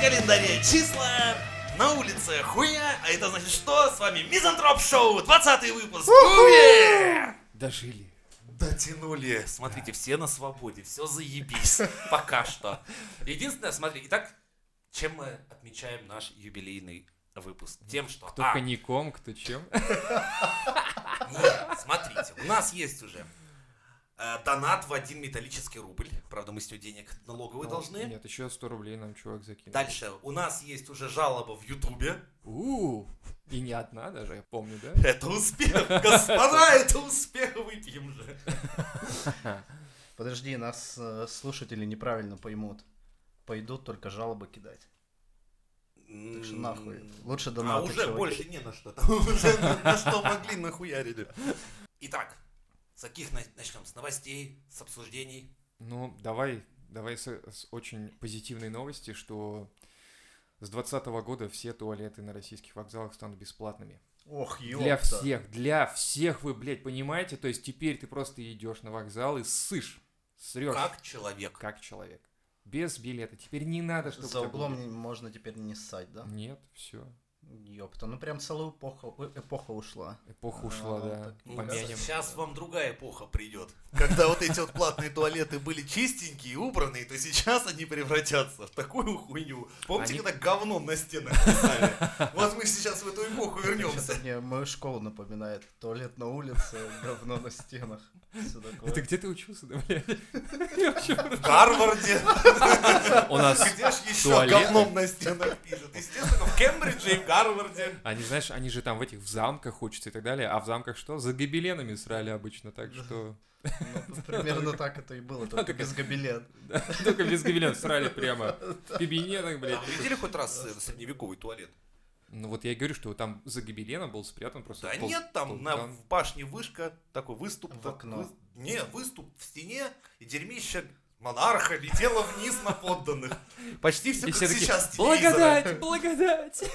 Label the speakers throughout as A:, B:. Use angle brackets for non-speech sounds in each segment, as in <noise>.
A: календаре числа, на улице хуя, а это значит что? С вами Мизантроп Шоу, 20 выпуск. Уе!
B: Дожили.
A: Дотянули. Смотрите, все на свободе, все
B: <laughs>
A: заебись. Пока что. Единственное, смотри, итак, чем мы отмечаем наш юбилейный выпуск? Тем, что...
B: Кто
A: а,
B: коньяком, кто чем.
A: Нет, смотрите, у нас есть уже э, донат в один металлический рубль. Правда, мы с него денег налоговые должны.
B: Ну, Нет, еще 100 рублей нам чувак закинул.
A: Дальше, у нас есть уже жалоба в Ютубе.
B: У, и не одна даже, я помню, да?
A: Это успех, <laughs> господа, это успех, выпьем же.
C: Подожди, нас э, слушатели неправильно поймут. Пойдут только жалобы кидать. Так что нахуй. Лучше
A: А
C: донаты.
A: уже
C: чуваки.
A: больше не на что. Там уже на <laughs> на что могли нахуярили. Итак, с каких на- начнем? С новостей, с обсуждений.
B: Ну, давай, давай с, с очень позитивной новости, что с 2020 года все туалеты на российских вокзалах станут бесплатными.
C: Ох, ёпта.
B: Для всех, для всех вы, блядь, понимаете? То есть теперь ты просто идешь на вокзал и ссышь, срешь.
A: Как человек.
B: Как человек. Без билета. Теперь не надо, чтобы...
C: За
B: у тебя был
C: углом
B: билет.
C: не- можно теперь не ссать, да?
B: Нет, все.
C: Ёпта, ну прям целая эпоха, э, эпоха ушла.
B: Эпоха
C: А,
B: ушла, да.
C: так
B: Помянем.
A: Сейчас вам другая эпоха придет. Когда вот эти вот платные туалеты были чистенькие и убранные, то сейчас они превратятся в такую хуйню. Помните,
B: Они-
A: когда говном на стенах <laughs> писали? Вот мы сейчас в эту эпоху вернемся.
C: Чё-то мне мою школу напоминает. Туалет на улице, <laughs> говно на стенах. Всё такое.
B: Ты где ты учился, да, блядь? Я вообще
A: В Гарварде.
B: У
A: <laughs>
B: нас
A: Где ж еще
B: туалеты?
A: говном на стенах пишут? Естественно, в Кембридже и в Гарварде.
B: Они, знаешь, они же там в этих в замках учатся и так далее, а в замках что? За гобеленами срали обычно, так что...
C: Ну, примерно так это и было, только без гобелен.
B: Да, Только без гобеленов
A: <laughs>
B: срали прямо в кабинетах, блядь.
A: А вы видели хоть раз э, средневековый туалет?
B: Ну вот я и говорю, что там за гобеленом был спрятан просто...
A: Да
B: пол-
A: нет, там на
B: полкан.
A: в башне вышка, такой выступ.
C: В
A: так,
C: окно.
A: выс- Не, выступ в стене, и дерьмище монарха летело вниз на подданных. Почти все,
B: И
A: как
B: все такие,
A: сейчас. с телевизора.
B: благодать, благодать.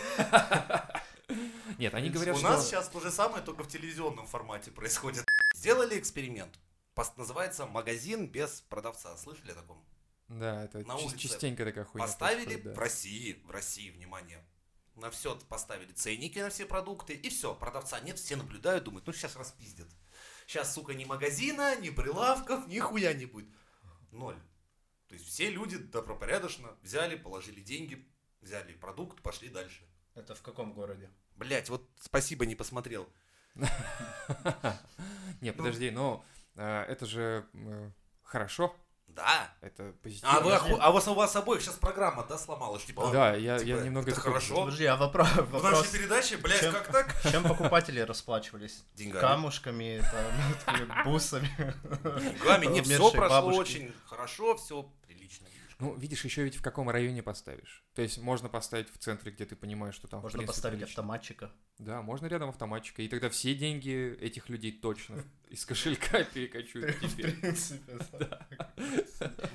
B: Нет, они говорят,
A: У
B: что...
A: нас сейчас то же самое, только в телевизионном формате происходит. Сделали эксперимент. Пос- Называется «Магазин без продавца». Слышали о таком?
B: Да, это
A: на
B: чис-
A: улице
B: частенько такая хуйня.
A: Поставили
B: происходит,
A: в
B: да.
A: России, в России, внимание, на все поставили ценники на все продукты, и все, продавца нет, все наблюдают, думают, ну сейчас распиздят. Сейчас, сука, ни магазина, ни прилавков, нихуя не будет. Ноль. То есть все люди добропорядочно взяли, положили деньги, взяли продукт, пошли дальше.
C: Это в каком городе?
A: Блять, вот спасибо, не посмотрел.
B: <laughs> Не,
A: Ну.
B: подожди, но а, это же э, хорошо,
A: Да.
B: это
A: А, вы
B: позитивно.
A: оху- а у вас, у вас обоих сейчас программа, да, сломалась? Типа,
B: Да, я
A: типа,
B: я немного...
A: это
B: такой-
A: хорошо.
C: Подожди, а вопро-
A: В
C: вопрос...
A: нашей передаче, блять,
C: Чем-
A: как так?
C: Чем покупатели расплачивались?
A: Деньгами.
C: Камушками, там, <laughs> такими бусами.
A: Деньгами не все
C: Умершей
A: прошло
C: бабушки.
A: очень хорошо, все прилично.
B: Ну, видишь, еще ведь в каком районе поставишь. То есть можно поставить в центре, где ты понимаешь, что там в
C: Можно
B: принципе,
C: поставить
B: прилично.
C: автоматчика.
A: <laughs>
B: Да, можно рядом автоматчика. И тогда все деньги этих людей точно из кошелька <laughs> перекочуют к
C: В
B: тебе.
C: принципе, да.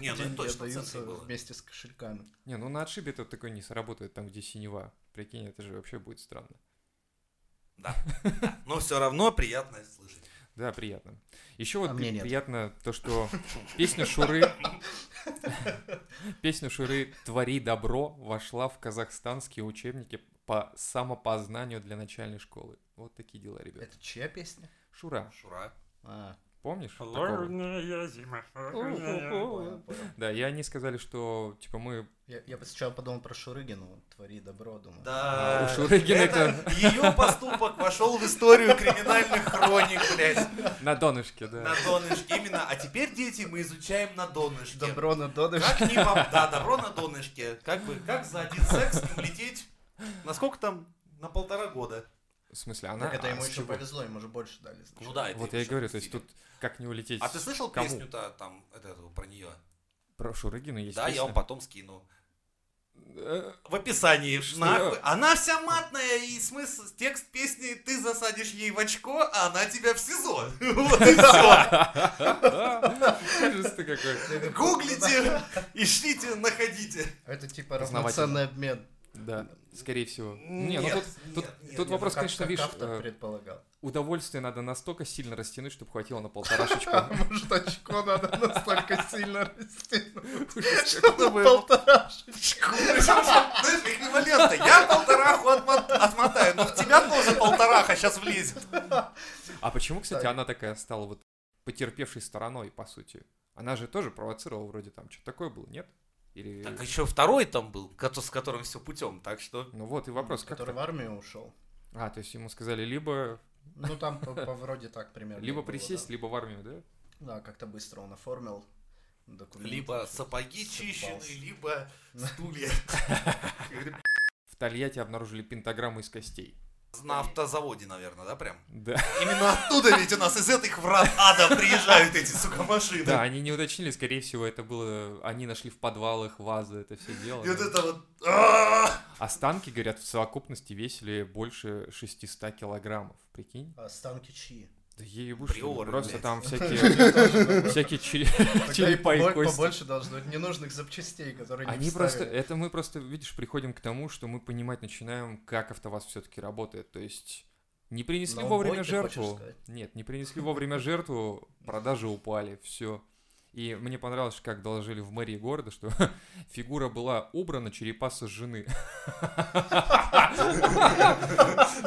A: Не, ну это
C: Деньги
A: точно в
C: отдаются
A: центре было.
C: вместе с кошельками.
B: Не, ну на отшибе это такое не сработает, там, где синева. Прикинь, это же вообще будет странно.
A: Но все равно приятно слышать.
B: Да, приятно. Еще вот
C: А
B: при-
C: мне нет.
B: приятно
A: <laughs>
B: то, что песня Шуры... Песня Шуры «Твори добро» вошла в казахстанские учебники по самопознанию для начальной школы. Вот такие дела, ребят.
C: Это чья песня?
B: Шура,
A: Шура.
C: А,
B: помнишь? такого?
D: Холодная зима.
C: понял, понял.
B: Да, и они сказали, что, типа, мы...
C: Я я сначала подумал про Шурыгину. Твори добро, думаю.
A: Да.
B: А, у Шурыгина
A: Ее поступок вошел в историю криминальных хроник, блядь.
B: На донышке, да.
A: На донышке именно. А теперь, дети, мы изучаем на донышке.
C: Добро на донышке.
A: Как не вам- Да, добро на донышке. Как бы, как за один секс не улететь? Насколько там? На полтора года.
B: В смысле, она...
C: Так это
B: а,
C: ему
B: с
C: еще
B: чего?
C: повезло, ему же больше дали.
A: Ну да, это
B: Вот я и
A: ещё
B: говорю, то есть
A: пустили.
B: тут как не улететь...
A: А ты слышал
B: кому?
A: песню-то там, вот эту, про нее?
B: Про Шурыгину есть
A: Да, я вам
B: песня?
A: потом скину.
B: Э,
A: в описании.
B: Что?
A: Нахуй. Она вся матная, и смысл, текст песни, ты засадишь ей в очко, а она тебя в СИЗО. <laughs> Вот и
B: <laughs>
A: все.
B: Ужас ты какой.
A: Гуглите, ищите, находите.
C: Это типа
B: Познавательно.
C: равноценный обмен.
B: Да, скорее всего.
A: М,
B: Не, ну
A: нет, нет,
B: тут, тут,
A: нет,
B: тут
A: нет,
B: вопрос,
C: ну Как-
B: конечно,
C: как
B: видишь,
C: автор
B: э,
A: <laughs>
C: предполагал.
B: удовольствие надо настолько сильно растянуть, чтобы хватило на полторашечка.
C: Может, очко надо настолько сильно растянуть,
A: бы-
C: полторашечку.
A: Причем, Знаешь, ну, эквивалентно. Я полтораху отмо- отмотаю, но в тебя тоже полтораха сейчас влезет.
B: А почему, кстати,
C: Так.
B: она такая стала вот потерпевшей стороной, по сути? Она же тоже провоцировала вроде там, что-то такое было, нет? Или...
A: Так а еще второй там был, кото- с которым все путем, так что...
B: Ну вот и вопрос, как
C: Который
B: так?
C: в армию ушел.
B: А, то есть ему сказали либо,
C: Ну, там по, по вроде так примерно.
B: либо
C: и было,
B: присесть, либо в армию, да?
C: Да, Да, как-то быстро он оформил документы.
A: Либо сапоги
C: Всё,
A: чищены,
C: балс.
A: либо стулья.
B: В Тольятти обнаружили пентаграмму из костей.
A: На автозаводе, наверное, да, прям?
B: Да.
A: Именно оттуда ведь у Ну, нас из этих врат ада приезжают эти, сука, машины.
B: Да, они не уточнили, скорее всего, это было... Они нашли в подвалах вазы, это все дело.
A: И вот
B: да.
A: это вот... «Ааа!»
B: Останки, говорят, в совокупности весили больше 600 килограммов, прикинь?
C: А станки чьи?
B: Да ебушки,
A: Приоры,
B: просто
A: блядь.
C: <laughs>
B: там всякие...
C: Всякие
B: Всякие чи- <laughs>
C: Тогда
B: черепа и
C: побо-
B: кости.
C: Побольше должно быть ненужных запчастей, которые не
B: Они просто,
C: вставили.
B: это мы просто, видишь, приходим к тому, что мы понимать начинаем, как АвтоВАЗ все-таки работает. То есть не принесли
C: На убой,
B: вовремя
C: ты хочешь
B: жертву.
C: сказать?
B: Нет, не принесли вовремя жертву, продажи упали, все. И мне понравилось, как доложили в мэрии города, что <laughs> фигура была убрана, черепа
C: <laughs>
B: сожжены.
A: То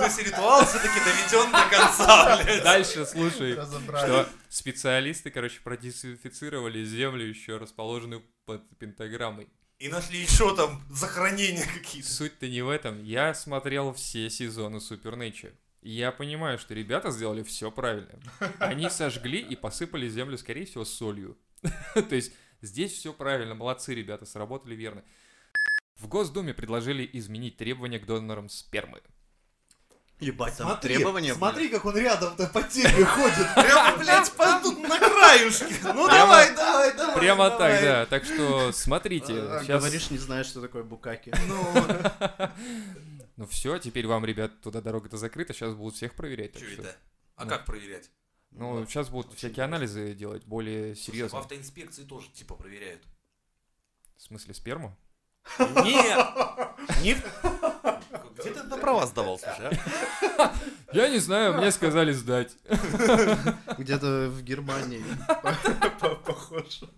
A: есть ритуал все-таки доведен до конца, блядь.
B: Дальше, слушай,
C: Разобрали.
B: что специалисты, короче, продезинфицировали землю, еще расположенную под пентаграммой.
A: И нашли еще там захоронения какие-то.
B: Суть-то не в этом. Я смотрел все сезоны Супернэйча. И я понимаю, что ребята сделали все правильно. Они сожгли и посыпали землю, скорее всего, солью. <laughs> То есть здесь все правильно. Молодцы, ребята, сработали верно. В Госдуме предложили изменить требования к донорам спермы.
C: Ебать, там требования были.
A: как он рядом то по теме
C: <laughs>
A: ходит. Прямо, блядь, пойдут на краюшке. Ну давай, давай, давай.
B: Прямо так,
A: давай.
B: да. Так что смотрите.
C: А,
B: щас-
C: Говоришь, не знаешь, что такое
B: <laughs>
C: букаки.
A: Ну,
B: Ну все, теперь вам, ребят, туда дорога-то закрыта. Сейчас будут всех проверять. так
A: что
B: что-
A: это? А
B: Ну.
A: как проверять?
B: Ну,
C: Да.
B: сейчас будут
C: Очень
B: всякие
C: интересно.
B: анализы делать более
A: Слушай, В
B: серьезно.
A: автоинспекции тоже типа проверяют.
B: В смысле, сперму?
A: Нет! Не... Где ты на права сдавал, слушай, а?
B: Я не знаю, мне сказали сдать. <laughs>
C: Где-то в Германии. По- Похоже.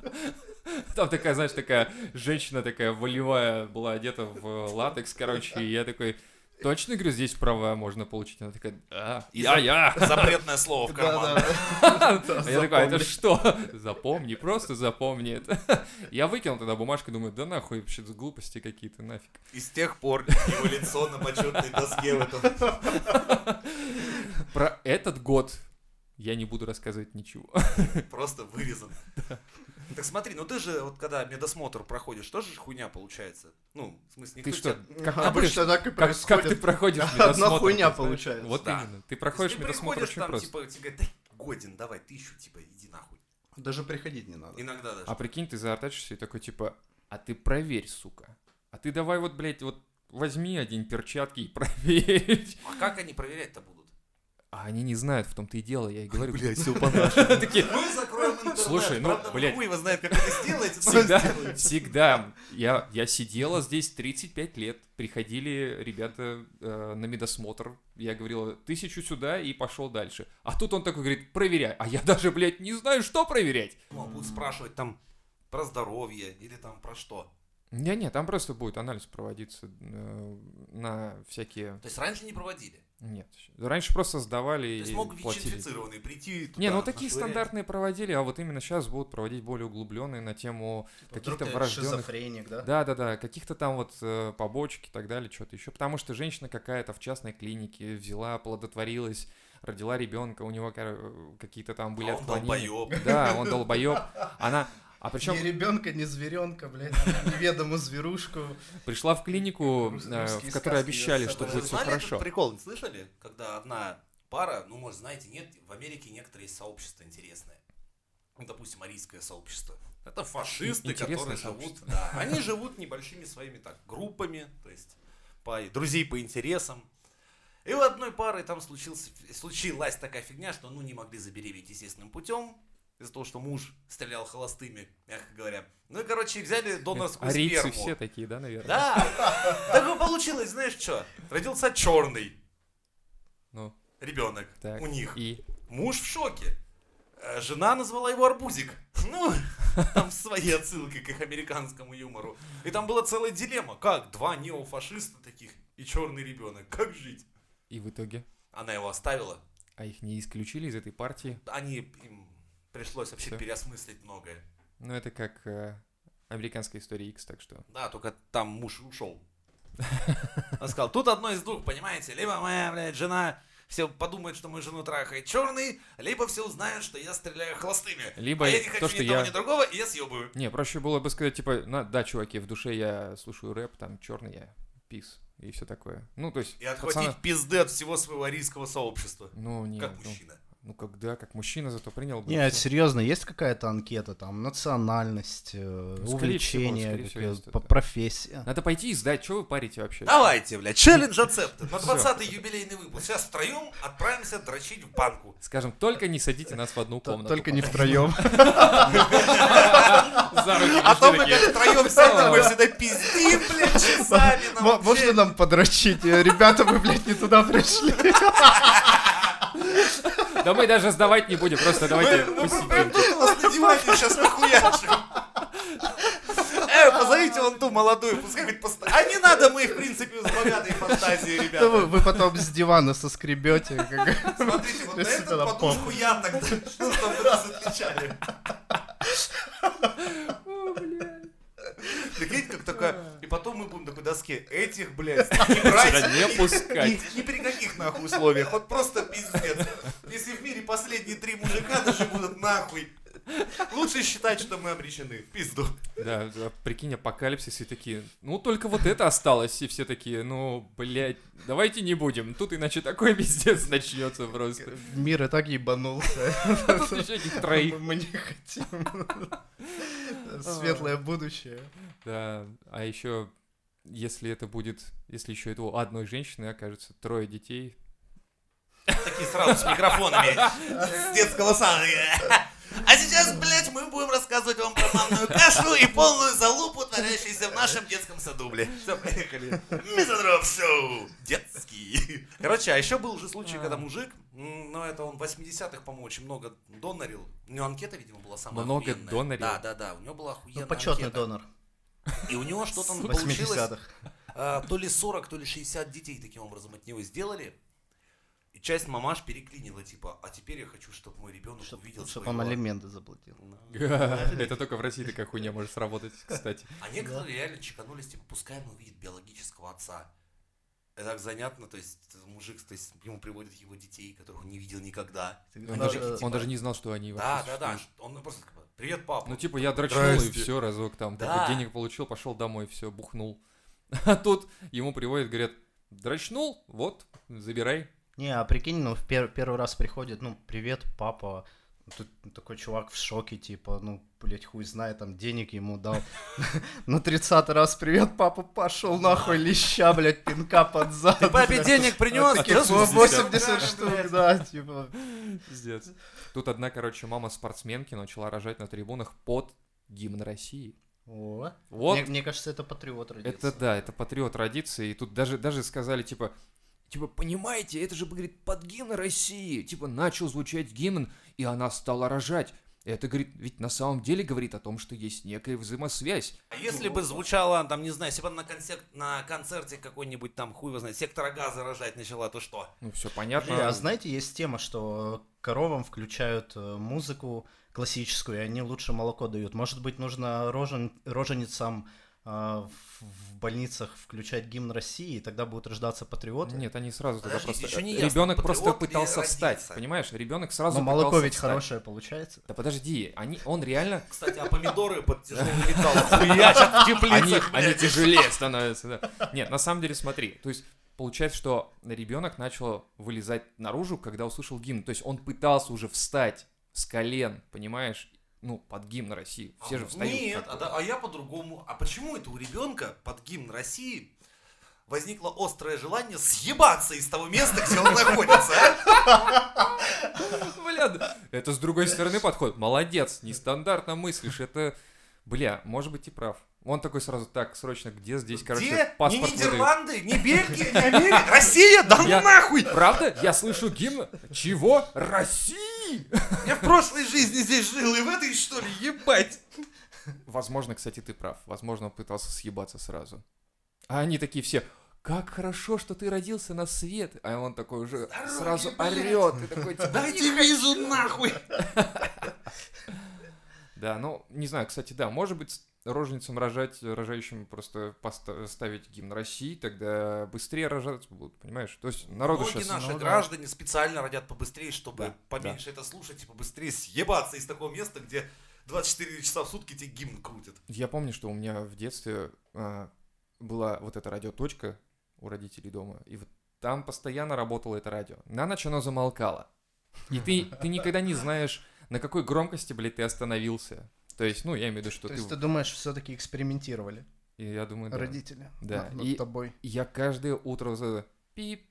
B: Там такая, знаешь, такая женщина такая волевая была одета в э, латекс, короче, и я такой, точно, говорю, здесь права можно получить? Она такая, да,
A: И
B: я,
A: за-
B: я.
A: Запретное слово в карман.
C: <laughs> Да-да.
B: А я такой, «А это что? <laughs> Запомни, просто запомни это. <laughs> Я выкинул тогда бумажку, думаю, да нахуй, вообще глупости какие-то, нафиг.
A: И с тех пор его лицо на почетной доске в этом.
B: Про этот год я не буду рассказывать ничего.
A: Просто вырезан.
B: <laughs>
A: Так смотри, ну ты же, вот когда медосмотр проходишь, тоже ж хуйня получается. Ну, в смысле, никто
B: Ты что,
A: тебя-
B: как ты будешь-
C: Обычно так и
B: как, как ты
C: происходит.
B: проходишь
C: <laughs> Одна
B: медосмотр,
C: хуйня
B: ты знаешь?
C: получается.
B: Вот
A: Да.
B: именно. Ты
A: То
B: проходишь
A: есть ты
B: медосмотр
A: приходишь
B: очень
A: там,
B: просто.
A: типа, тебе говорят, «Да годен, давай, тысячу, типа, иди нахуй.
C: Даже приходить не надо.
A: Иногда даже.
B: А прикинь, ты заортачишься и такой, типа, а ты проверь, сука. А ты давай вот, блядь, вот возьми один перчатки и <laughs> проверь.
A: А как они проверять-то будут?
B: А они не знают, в том-то и дело, я и <laughs> говорю. <laughs>
A: все <laughs>
C: <laughs>
B: Такие,
A: Мы Ну закроем интернет.
B: Слушай, ну,
A: правда,
B: блядь.
A: Хуй его знает, как это сделать, но
B: <laughs> Всегда.
A: сделают.
B: всегда, я, я сидела здесь 35 лет, приходили ребята э, на медосмотр, я говорила, тысячу сюда и пошел дальше. А тут он такой говорит, проверяй, а я даже, блядь, не знаю, что проверять.
A: Ну, а будут спрашивать там про здоровье или там про что.
B: Не-не, там просто будет анализ проводиться э, на всякие...
A: То есть раньше не проводили.
B: Нет, раньше просто сдавали
A: То есть
B: и
A: мог
B: платили.
A: ВИЧ-инфицированный прийти туда,
B: Не, ну такие
A: нашвырять.
B: стандартные проводили, а вот именно сейчас будут проводить более углубленные на тему,
C: Типа,
B: каких-то
C: вдруг ты
B: врожденных-
C: шизофреник, да?
B: да-да-да, каких-то там вот э, побочек и так далее, что-то еще, потому что женщина какая-то в частной клинике взяла, плодотворилась, родила ребенка, у него кор- какие-то там были
A: а он
B: отклонения.
A: долбоёб.
B: Да, он долбоеб. Она, а причем
C: Ни ребенка, ни зверенка, блядь, неведомую зверушку.
B: пришла в клинику,
C: Рус-
B: э,
C: русские
B: в которой
C: сказки
B: обещали,
C: я
B: что
A: Вы
B: будет все
A: знали
B: хорошо.
A: этот прикол, не слышали? Когда одна пара, ну, может, знаете, нет, в Америке некоторые есть сообщества интересные. Ну, допустим, арийское сообщество. Это фашисты,
B: Интересное
A: которые живут...
B: сообщество. <laughs>
A: Да, они живут небольшими своими так группами, то есть по, друзей по интересам. И у одной пары там случился, случилась такая фигня, что ну не могли забеременеть естественным путем. из-за того, что муж стрелял холостыми, мягко говоря. Ну и, короче, взяли донорскую
B: Арийцы
A: сперму.
B: все такие, да, наверное?
A: Да, так и получилось, знаешь что? Родился черный
B: Ну,
A: ребенок
B: так.
A: у них.
B: И
A: Муж в шоке. Э, Жена назвала его арбузик. Ну, там свои отсылки к их американскому юмору. И там была целая дилемма. Как два неофашиста таких и черный ребенок? Как жить?
B: и в итоге?
A: Она его оставила.
B: А их не исключили из этой партии?
A: Они им пришлось вообще
B: Всё.
A: переосмыслить многое.
B: Ну, это как э, американская история X, так что...
A: Да, только там муж ушел. Он сказал, тут одно из двух, понимаете? Либо моя, блядь, жена все подумает, что мою жену трахает черный, либо все узнают, что я стреляю холостыми.
B: Либо
A: а я не хочу
B: то, что
A: ни того,
B: я-
A: ни другого, и я съебываю.
B: Не, проще было бы сказать, типа, «На, да, чуваки, в душе я слушаю рэп, там, черный я, пис, и все такое. Ну, то есть...
A: И отхватить
B: пацаны-
A: пизды от всего своего арийского сообщества.
B: Ну, не,
A: как
B: ну,
A: мужчина.
B: ну, как, да, как мужчина зато принял бы.
C: Нет,
B: всё.
C: серьезно, есть какая-то анкета, там, национальность, э,
B: всего,
C: увлечение,
B: скорее Ну, всего,
C: какая-
B: есть это,
C: по-
B: да.
C: профессия.
B: Надо пойти и сдать, что вы парите вообще?
A: Давайте, блядь, челлендж ацепты. На
B: <laughs> Всё.
A: 20-й юбилейный выпуск. Сейчас втроем отправимся дрочить в банку.
B: Скажем, только не садите нас в одну
C: Т-
B: комнату.
C: Только не втроем.
B: <laughs> За руки
A: А то мы
B: пошли такие.
A: как втроем
B: <laughs>
A: сядем, мы всегда пиздим, блядь, часами. нам
C: М- Можно
A: вообще.
C: нам подрочить? Э, Ребята, вы, блядь, не туда пришли.
B: Да мы даже сдавать не будем, просто давайте
A: Мы- ну, мы прям
B: посидим.
A: тут у нас на диване сейчас нахуячим. Э, позовите вон ту молодую, пускай хоть поста... А не надо, мы, в принципе, с богатой фантазией,
C: Да
A: ребята.
C: Вы вы потом с дивана соскребете. как-
A: Смотрите, вот на
C: Если
A: эту
C: на пол.
A: подушку я тогда, <laughs> что там вы нас отличали. Прикинь, как такая... И потом мы будем на доске этих,
B: <laughs>
A: блядь, не брать.
B: Сюда не пускать.
A: Ни, ни при каких нахуй условиях. Вот просто пиздец. Если в мире последние три мужика даже будут нахуй. Лучше считать, что мы обречены. В Пизду.
B: Да, да, прикинь, апокалипсис и такие, ну только вот это осталось, и все такие, ну, блядь, давайте не будем, тут иначе такой <laughs> пиздец начнется просто.
C: Мир и так ебанулся.
B: А тут еще этих троих.
C: Мы мы не хотим.
B: А.
C: Светлое будущее.
B: Да, а еще, если это будет, если еще это у одной женщины окажется трое детей, <laughs>
A: Такие сразу с микрофонами. С детского сада. А сейчас, блядь, мы будем рассказывать вам про мамную кашу и полную залупу, творящуюся в нашем детском саду, блядь. Все, поехали. Мизодроп шоу. Детский. Короче, а еще был же случай, когда мужик, м, ну это он в 80-х, по-моему, очень много донорил. У него анкета, видимо, была самая
B: Много
A: охуенная.
B: донорил?
A: Да, да, да. У него была охуенная
C: Ну, Почетный
A: анкета.
C: донор
A: И у него что-то он получилось.
C: 80-х.
A: А, то ли 40, то ли 60 детей таким образом от него сделали. И часть мамаш переклинила, типа, а теперь я хочу, чтобы мой ребенок увидел
C: Чтобы
A: своего».
C: он алименты заплатил.
B: это только в России такая хуйня может сработать, кстати.
A: А некоторые реально чеканулись, типа, пускай он увидит биологического отца. Это так занятно, то есть мужик, то есть ему приводят его детей, которых он не видел никогда.
B: Он
A: Даже-
B: даже, он даже не знал, что они
A: типа Да,
B: вообще
A: да, да.
B: существуют.
A: Он просто как бы, привет, папа.
B: Ну, типа, я дрочнул и
A: Здрасте.
B: все, разок там.
A: Да.
B: какой-то Денег получил, пошел домой, все, бухнул. <laughs> А тут ему приводят, говорят, дрочнул, вот, забирай.
C: Не, а прикинь, ну, в пер- первый раз приходит, ну, привет, папа. Тут такой чувак в шоке, типа, ну, блять, хуй знает, там денег ему дал. <laughs> На 30 раз привет, папа, пошел нахуй, леща, блядь, пинка под зад. блядь.
B: денег
C: Вот таких 80 штук, да, типа.
B: Пиздец. Тут одна, короче, мама спортсменки начала рожать на трибунах под гимн России.
C: О.
B: Вот,
C: Мне, мне кажется, это патриот родился.
B: это да, это патриот традиции. И тут даже, даже сказали, типа, типа, понимаете, это же, говорит, под гимн России. Типа, начал звучать гимн, и она стала рожать. Это, говорит, ведь на самом деле говорит о том, что есть некая взаимосвязь.
A: А если
B: ну,
A: бы звучало, там, не знаю, если бы она на, концерт, на концерте какой-нибудь там, хуй его знает, сектора газа рожать начала, то что?
B: Ну, все
C: Блин,
B: понятно.
C: а знаете, есть тема, что коровам включают э, музыку классическую, и они лучше молоко дают. Может быть, нужно рожен- роженицам э, в в больницах включать гимн России, и тогда будут рождаться патриоты.
B: Нет, они сразу тогда
A: Подождите,
B: просто...
A: еще не ясно,
B: Ребенок просто
A: патриот или
B: пытался встать,
A: родился?
B: понимаешь? Ребенок сразу
A: Ну,
C: Но молоко
B: пытался
C: ведь
B: встать.
C: хорошее получается.
B: Да подожди, они, он реально...
A: Кстати, а помидоры под тяжелый
B: <laughs>
A: металл <laughs> хуячат в
B: Они,
A: теплицах,
B: они
A: блядь.
B: тяжелее становятся, да. Нет, на самом деле смотри, то есть получается, что ребенок начал вылезать наружу, когда услышал гимн. То есть он пытался уже встать с колен, понимаешь? Ну, под гимн России. Все же встают.
A: Нет,
B: как
A: а,
B: бы.
A: да- а я по-другому. А почему это у ребенка под гимн России возникло острое желание съебаться из того места, где он находится. а?
B: Бля, это с другой стороны подход. Молодец, нестандартно мыслишь. Это, бля, может быть и прав. Он такой сразу, так, срочно, где здесь, короче,
A: Где? Ни
B: паспорт выдают?»
A: Нидерланды, ни Бельгия, ни
B: <laughs>
A: Америка. Россия, да
B: Я-
A: нахуй!
B: Правда? Я слышу гимн. Чего? России!
A: Я в прошлой жизни здесь жил, и в этой, что ли, ебать.
B: Возможно, кстати, ты прав. Возможно, он пытался съебаться сразу. А они такие все, как хорошо, что ты родился на свет. А он такой уже
A: Здоровье,
B: сразу
A: блядь.
B: орет. Ты такой, типа,
A: Дайте визу нахуй!
B: Да, ну, не знаю, кстати, да, может быть, роженицам рожать, рожающим просто поста- ставить гимн России, тогда быстрее рожать будут, понимаешь? То есть народу
A: Многие
B: сейчас...
A: наши
C: ну да.
A: граждане специально родят побыстрее, чтобы
B: Да,
A: поменьше это слушать и побыстрее съебаться из такого места, где 24 часа в сутки тебе гимн крутят.
B: Я помню, что у меня в детстве а, была вот эта радиоточка у родителей дома, и вот там постоянно работало это радио. На ночь оно замолкало. И ты, ты никогда не знаешь, на какой громкости, блядь, ты остановился. То есть, ну, я имею в виду, что ты...
C: То есть ты думаешь, все-таки экспериментировали
B: И я думаю, да.
C: родители
B: Да,
C: над- над
B: и-
C: тобой?
B: Я каждое утро вот это пип,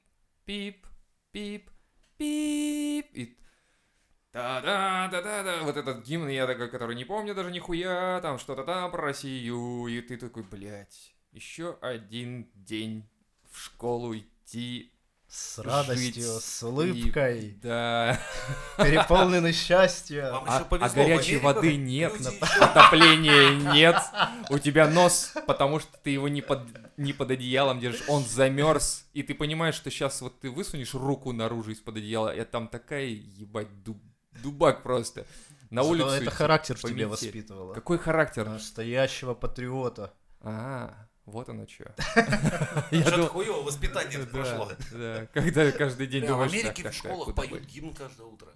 B: пип, пип, пип, и да да да да вот этот гимн, я такой, который не помню даже нихуя, там что-то там про Россию, и ты такой, блядь, еще один день в школу идти.
C: С радостью,
B: жить
C: с улыбкой,
B: Да,
C: переполненный счастья.
A: Вам
B: а,
A: еще повезло.
B: а горячей
A: в Америках
B: воды нет,
A: люди
B: нап-
A: еще-
B: отопления нет, у тебя нос, потому что ты его не под, не под одеялом держишь, он замерз, и ты понимаешь, что сейчас вот ты высунешь руку наружу из-под одеяла, и там такая, ебать, дуб- дубак просто. На
C: Что
B: улицу
C: это
B: идти.
C: характер в тебе
B: пометить.
C: воспитывало.
B: Какой характер?
C: Настоящего патриота.
B: А, вот
A: <laughs>
B: оно что.
A: Что-то хуёво воспитание прошло.
B: Да, когда каждый день
A: Бля, В
B: думаешь... так,
A: Америке
B: так,
A: в
B: так,
A: школах
B: куда
A: поют
B: бы?
A: гимн каждое утро.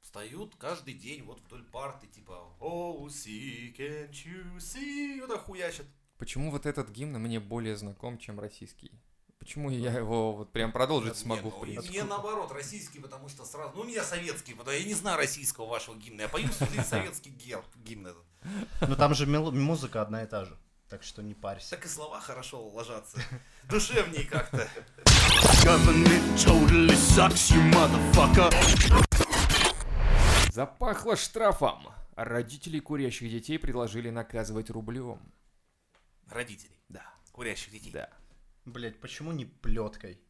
A: Встают каждый день вот вдоль парты, типа Oh, see, can't you see?» Вот так хуячат.
B: Почему вот этот гимн мне более знаком, чем российский? Почему я его вот прям продолжить
A: Да,
B: смогу?
A: не,
B: в
A: ну, и
B: принципе?
A: Мне наоборот, российский, потому что сразу... Ну, у меня советский, потому я не знаю российского вашего гимна. Я пою всю жизнь советский гер- гимн этот.
C: Но Ну, там же мел- музыка одна и та же. Так что не парься.
A: Так и слова хорошо ложатся. Душевнее как-то.
D: Government totally sucks, you motherfucker.
B: Запахло штрафом. Родителей курящих детей предложили наказывать рублевым.
A: Родителей.
B: Да.
A: Курящих детей.
B: Да.
C: Блять, почему не плеткой?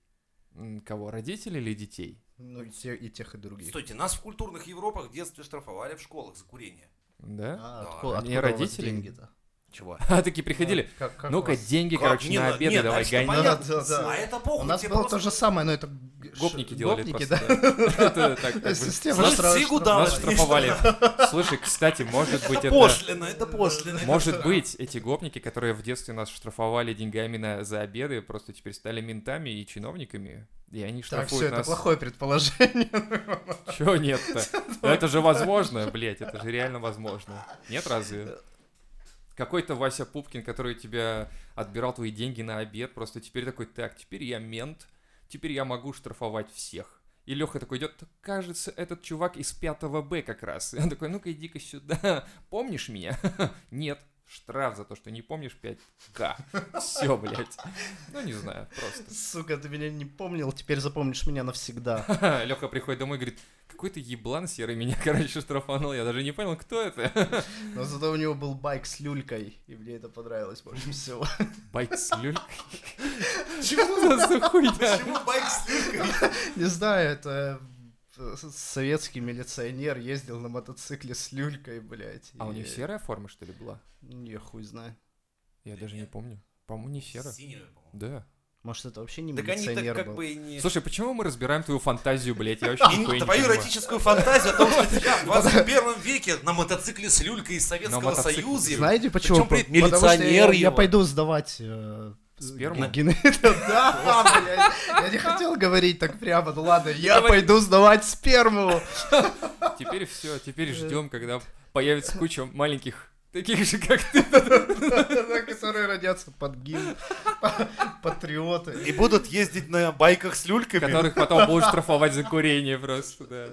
B: М, Кого, родителей или детей?
C: Ну и, те- и тех, и других.
A: Стойте, нас в культурных Европах в детстве штрафовали в школах за курение.
B: Да?
C: А,
A: Да,
C: откуда,
B: не
C: откуда у вас
B: родители?
C: деньги-то?
A: Чего?
B: А, такие приходили.
C: Как- как
B: Ну-ка,
C: вас-
B: деньги,
A: Как?
B: короче,
A: Не,
B: на
A: ну,
B: обеды
A: нет,
B: давай,
A: значит,
B: гони.
A: понятно.
C: Да, да, да.
A: А это
C: У
A: похуй.
C: нас
A: тебе
C: было
A: просто <laughs>
C: то же самое, но это...
B: Гопники делали
C: Гопники,
B: просто.
C: да.
B: да. <laughs> Это так, как бы,
C: Система
A: Слышь,
C: штраф-
A: Сигу
C: штраф-
A: дал.
B: Нас штрафовали.
A: <laughs>
B: <laughs> Слушай, кстати, может быть,
A: Это
B: это...
A: пошлина, это пошлина.
B: Может быть, эти гопники, которые в детстве нас штрафовали деньгами на, за обеды, просто теперь стали ментами и чиновниками, и они
C: Так,
B: штрафуют
C: все, это
B: нас.
C: плохое предположение. <laughs>
B: Чего нет-то? Это же возможно, блядь, это же реально возможно. Нет разве? Какой-то Вася Пупкин, который тебя отбирал твои деньги на обед, просто теперь такой, так, теперь я мент, теперь я могу штрафовать всех. И Леха такой идет, кажется, этот чувак из 5 Б как раз. <laughs> И он такой, ну-ка иди-ка сюда, помнишь меня? <laughs> Нет, штраф за то, что не помнишь 5К. Все, блядь. Ну, не знаю, просто.
C: Сука, ты меня не помнил, теперь запомнишь меня навсегда.
B: <laughs> Леха приходит домой и говорит, какой ты еблан серый меня, <laughs> короче, штрафанул. Я даже не понял, кто это. <laughs>
C: Но зато у него был байк с люлькой, и мне это понравилось больше всего. <laughs>
B: Байк с <laughs> люлькой.
A: Чего? <laughs>
B: Что за хуйня?
A: <laughs> Почему байк с люлькой?
C: Не знаю, это э, советский милиционер ездил на мотоцикле с люлькой, блядь.
B: А у
C: и-
B: нее серая форма, что ли, была?
C: Не, хуй знает.
B: Я даже не помню. По-моему, не серая.
A: Синюю, по-моему.
B: Да.
C: Может, это вообще не
A: Так они так
C: милиционер
A: как
C: был?
A: бы и не...
B: Слушай, почему мы разбираем твою фантазию, блядь?
A: <laughs>
B: Я вообще
A: И
B: нихуя не
A: твою
B: понимаю.
A: эротическую фантазию о том,
C: <laughs>
A: что тебя в 21 веке на мотоцикле с люлькой из Советского
B: мотоцикле.
A: Союза...
C: Знаете почему?
A: Причем, блядь,
C: Потому что я-
A: милиционер
C: Я
A: его.
C: пойду сдавать... э,
B: Сперму?
C: ген- <laughs> Да, блядь. Я не хотел говорить так прямо, ну ладно, я
B: Давай.
C: пойду сдавать сперму. <laughs>
B: Теперь все,
A: Э.
B: теперь ждем, когда появится куча маленьких таких же, как ты.
C: Да, Которые родятся под гимн. <laughs> Патриоты.
A: И будут ездить на байках с люльками.
B: Которых потом будут штрафовать за курение просто, да.